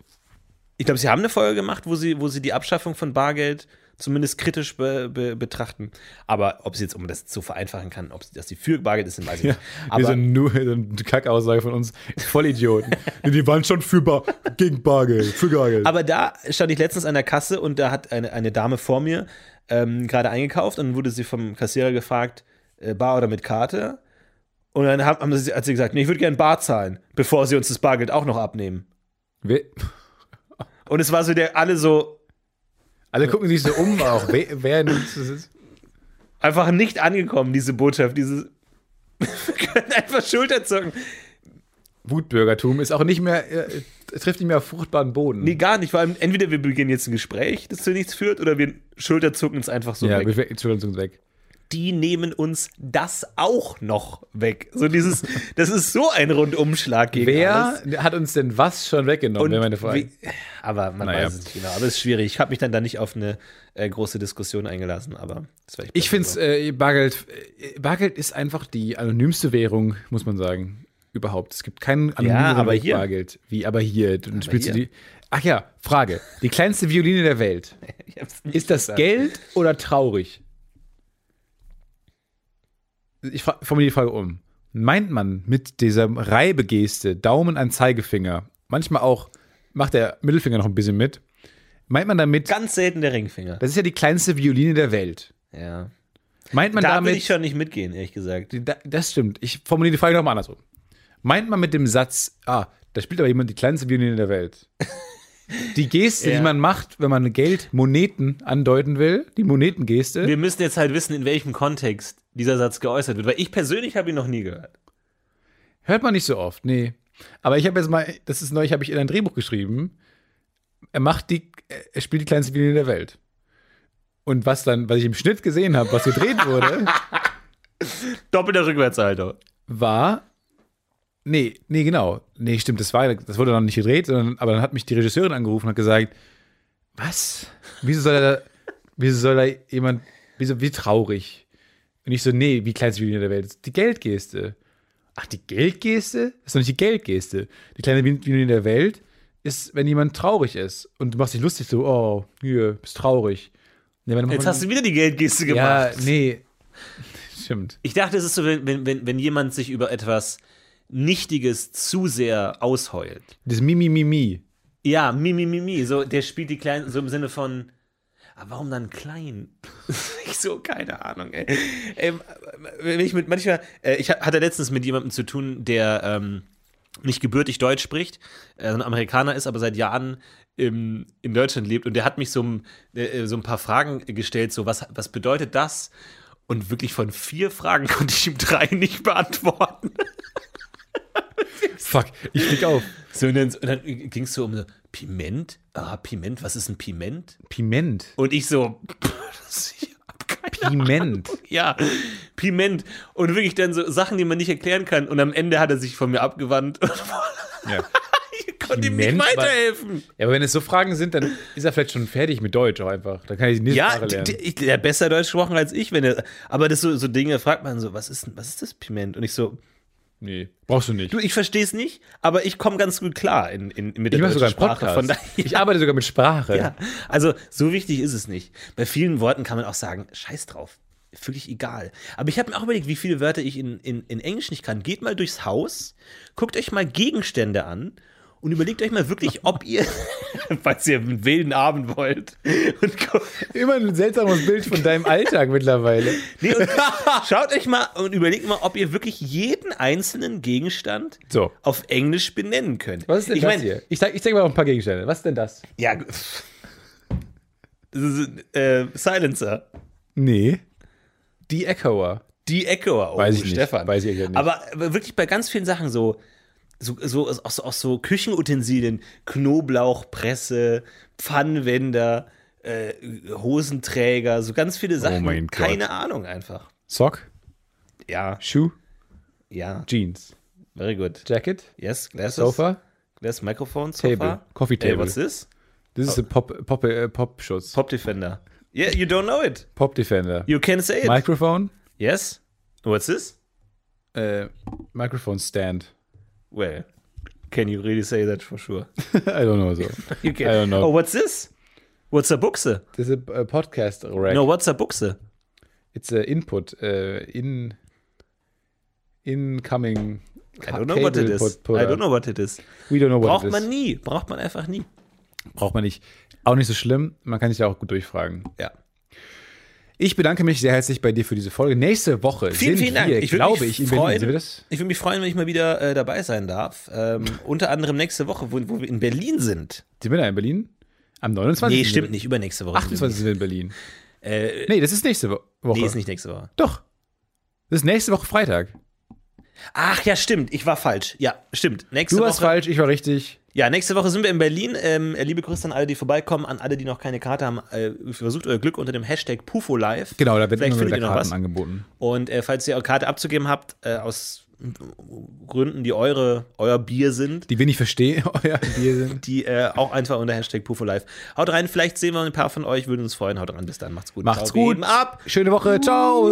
S2: Ich glaube, sie haben eine Folge gemacht, wo sie, wo sie die Abschaffung von Bargeld zumindest kritisch be, be, betrachten. Aber ob sie jetzt, um das zu vereinfachen kann, ob sie, dass sie für Bargeld sind, weiß ich nicht.
S1: Aber
S2: Aber
S1: so nur so eine Kackaussage von uns. Vollidioten. Nee, die waren schon für Bar gegen Bargeld. Für Bargeld.
S2: Aber da stand ich letztens an der Kasse und da hat eine, eine Dame vor mir ähm, gerade eingekauft und wurde sie vom Kassierer gefragt, äh, bar oder mit Karte? Und dann haben, haben sie, hat sie gesagt, nee, ich würde gerne bar zahlen, bevor sie uns das Bargeld auch noch abnehmen.
S1: Wer-
S2: Und es war so der, alle so
S1: Alle gucken sich so um, auch wer, wer nimmt
S2: einfach nicht angekommen, diese Botschaft, dieses, wir können einfach Schulter zucken.
S1: Wutbürgertum ist auch nicht mehr, äh, trifft nicht mehr auf fruchtbaren Boden.
S2: Nee, gar nicht. Vor allem, entweder wir beginnen jetzt ein Gespräch, das zu nichts führt, oder wir schulterzucken es einfach so
S1: ja,
S2: weg.
S1: wir wir- Entschuldigung, weg.
S2: die nehmen uns das auch noch weg. So dieses, das ist so ein Rundumschlag gegen
S1: Wer
S2: alles.
S1: hat uns denn was schon weggenommen,
S2: Und
S1: wäre meine Frage.
S2: wie- aber man
S1: Naja.
S2: weiß es nicht genau. Aber es ist schwierig. Ich habe mich dann da nicht auf eine äh, große Diskussion eingelassen, aber das war
S1: Ich finde es, äh, Bargeld, äh, Bargeld ist einfach die anonymste Währung, muss man sagen, überhaupt. Es gibt keinen anonymen
S2: aber hier.
S1: Bargeld. Wie, aber hier. Und spielst du
S2: hier.
S1: die. Ach ja, Frage. Die kleinste Violine der Welt. Ist das Geld oder traurig? Ich fra- formuliere die Frage um. Meint man mit dieser Reibegeste, Daumen an Zeigefinger, manchmal auch macht der Mittelfinger noch ein bisschen mit, meint man damit,
S2: ganz selten der Ringfinger.
S1: das ist ja die kleinste Violine der Welt.
S2: Ja.
S1: Meint man
S2: Da
S1: damit.
S2: will ich schon nicht mitgehen, ehrlich gesagt.
S1: Da- Das stimmt. Ich formuliere die Frage nochmal andersrum. Meint man mit dem Satz, ah, da spielt aber jemand die kleinste Violine der Welt. Die Geste,
S2: Ja.
S1: die man macht, wenn man Geld Moneten andeuten will, die Monetengeste.
S2: Wir müssen jetzt halt wissen, in welchem Kontext dieser Satz geäußert wird, weil ich persönlich habe ihn noch nie gehört.
S1: Hört man nicht so oft, nee. Aber ich habe jetzt mal, das ist neu, ich habe ich in ein Drehbuch geschrieben. Er macht die, er spielt die kleinste Violine der Welt. Und was dann, was ich im Schnitt gesehen habe, was gedreht wurde,
S2: Doppelter Rückwärtshalter.
S1: war. Nee, nee, genau. Nee, stimmt, das war, das wurde noch nicht gedreht, sondern, aber dann hat mich die Regisseurin angerufen und hat gesagt, was? Wieso soll da, wieso soll da jemand, wieso, wie traurig? Und ich so, nee, wie kleines Video in der Welt ist. Die Geldgeste. Ach, die Geldgeste? Das ist doch nicht die Geldgeste. Die kleine Video in der Welt ist, wenn jemand traurig ist und du machst dich lustig so, oh, hier, bist traurig. Nee, wenn
S2: Jetzt
S1: man-
S2: hast du wieder die Geldgeste gemacht.
S1: Ja, nee. Stimmt.
S2: Ich dachte, es ist so, wenn, wenn, wenn, wenn jemand sich über etwas Nichtiges zu sehr ausheult.
S1: Das Mimi, Mimi.
S2: Ja, mi, mi, mi, mi. So, der spielt die kleinen, so im Sinne von. aber warum dann klein? ich so, keine Ahnung, ey. Ähm, wenn ich mit manchmal, äh, ich hatte letztens mit jemandem zu tun, der ähm, nicht gebürtig Deutsch spricht, äh, ein Amerikaner ist, aber seit Jahren im, in Deutschland lebt und der hat mich so, ein- äh, so ein paar Fragen gestellt, so was, was bedeutet das? Und wirklich von vier Fragen konnte ich ihm drei nicht beantworten.
S1: Fuck, ich flieg auf.
S2: So, und dann, und dann ging es so um so, Piment? Ah, Piment, was ist ein Piment?
S1: Piment.
S2: Und ich so, pff, ich hab keine
S1: Piment.
S2: ja, Piment. Und wirklich dann so Sachen, die man nicht erklären kann. Und am Ende hat er sich von mir abgewandt.
S1: Ja.
S2: ich konnte ihm nicht
S1: Piment?
S2: weiterhelfen.
S1: ja, aber wenn es so Fragen sind, dann ist er vielleicht schon fertig mit Deutsch auch einfach. Dann kann ich die nächste
S2: Ja,
S1: Sprache lernen.
S2: die- die- der hat besser Deutsch gesprochen als ich, wenn er. Aber das so, so Dinge fragt man so, was ist, denn- was ist das Piment? Und ich so,
S1: nee, brauchst du nicht.
S2: du, ich verstehe es nicht, aber ich komme ganz gut klar in, in, mit der
S1: ich mache
S2: deutschen
S1: sogar einen
S2: Sprache.
S1: Podcast.
S2: Von daher,
S1: Ich arbeite sogar mit Sprache.
S2: ja, also so wichtig ist es nicht. Bei vielen Worten kann man auch sagen, scheiß drauf, völlig egal. Aber ich habe mir auch überlegt, wie viele Wörter ich in, in, in Englisch nicht kann. Geht mal durchs Haus, guckt euch mal Gegenstände an und überlegt euch mal wirklich, ob ihr, falls ihr einen wilden Abend wollt, und gu-
S1: Immer ein seltsames Bild von deinem Alltag mittlerweile.
S2: nee, und schaut euch mal und überlegt mal, ob ihr wirklich jeden einzelnen Gegenstand
S1: So.
S2: auf Englisch benennen könnt.
S1: Was ist denn
S2: ich
S1: das
S2: mein,
S1: hier? Ich zeig, ich zeig mal ein paar Gegenstände. Was ist denn das?
S2: Ja, g- pff. Das ist, äh, Silencer.
S1: Nee. Die Echoer.
S2: Die Echoer, oh,
S1: Weiß ich nicht,
S2: Stefan.
S1: weiß ich ja nicht.
S2: Aber wirklich bei ganz vielen Sachen so, so, so, auch so, auch so Küchenutensilien, Knoblauch, Presse, Pfannenwender, äh, Hosenträger, so ganz viele Sachen.
S1: Oh mein Gott.
S2: Keine Ahnung einfach.
S1: Sock,
S2: Ja,
S1: Schuh,
S2: ja,
S1: Jeans,
S2: very good.
S1: Jacket,
S2: Yes, glasses.
S1: Sofa.
S2: Glass, Microphone, Sofa.
S1: Table, coffee
S2: Ey,
S1: table.
S2: what's this?
S1: Das ist ein Pop, Pop, äh, Pop-Schutz.
S2: Pop Defender. Yeah, you don't know it.
S1: Pop-Defender.
S2: You can say it.
S1: Microphone.
S2: yes. What's this?
S1: Äh, Microphone Stand.
S2: Well, can you really say that for sure?
S1: I don't know so.
S2: You can.
S1: I don't know.
S2: Oh, what's this? What's a buchse?
S1: Das ist ein Podcast Rack.
S2: No, what's a buchse?
S1: It's a input. Äh, in incoming.
S2: I don't know what it is. I don't know what it is.
S1: We don't know what
S2: Braucht
S1: it is.
S2: man nie. Braucht man einfach nie.
S1: Braucht man nicht. Auch nicht so schlimm. Man kann sich da auch gut durchfragen.
S2: Ja.
S1: Ich bedanke mich sehr herzlich bei dir für diese Folge. Nächste Woche
S2: Vielen,
S1: sind
S2: vielen Dank.
S1: wir,
S2: Ich würde
S1: glaube
S2: mich
S1: ich, in Berlin.
S2: freuen.
S1: Sind wir das?
S2: Ich würde mich freuen, wenn ich mal wieder äh, dabei sein darf. Ähm, unter anderem nächste Woche, wo, wo wir in Berlin sind.
S1: Sind wir da in Berlin? Am 29.
S2: Nee, stimmt nicht. Übernächste Woche. sind wir
S1: 28. sind wir in Berlin.
S2: Äh,
S1: nee, das ist nächste Wo- Woche.
S2: Nee, ist nicht nächste Woche.
S1: Doch. Das ist nächste Woche Freitag.
S2: Ach ja, stimmt. Ich war falsch. Ja, stimmt. Nächste
S1: Du warst
S2: Woche.
S1: falsch, ich war richtig.
S2: Ja, nächste Woche sind wir in Berlin. Ähm, liebe Grüße an alle, die vorbeikommen, an alle, die noch keine Karte haben. Äh, versucht euer Glück unter dem Hashtag PufoLive.
S1: Genau, da wird
S2: Vielleicht
S1: immer
S2: findet
S1: wieder
S2: ihr noch
S1: Karten
S2: was.
S1: angeboten.
S2: Und äh, falls ihr eure Karte abzugeben habt, äh, aus Gründen, die eure, euer Bier sind,
S1: Die wir nicht verstehen, euer Bier sind.
S2: die äh, auch einfach unter Hashtag PufoLive. Haut rein, vielleicht sehen wir ein paar von euch, würden uns freuen. Haut rein, bis dann, macht's gut.
S1: Macht's
S2: Ciao, wir
S1: gut.
S2: heben Ab.
S1: Schöne Woche. Ciao.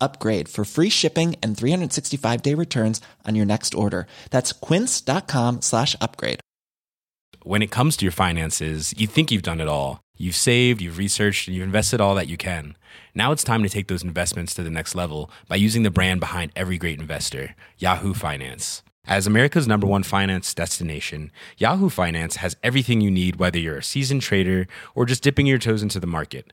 S6: upgrade for free shipping and 365 day returns on your next order. That's quince.com slash upgrade.
S7: when it comes to your finances, you think you've done it all. You've saved, you've researched, and you've invested all that you can. Now it's time to take those investments to the next level by using the brand behind every great investor, Yahoo Finance. As America's number one finance destination, Yahoo Finance has everything you need, whether you're a seasoned trader or just dipping your toes into the market.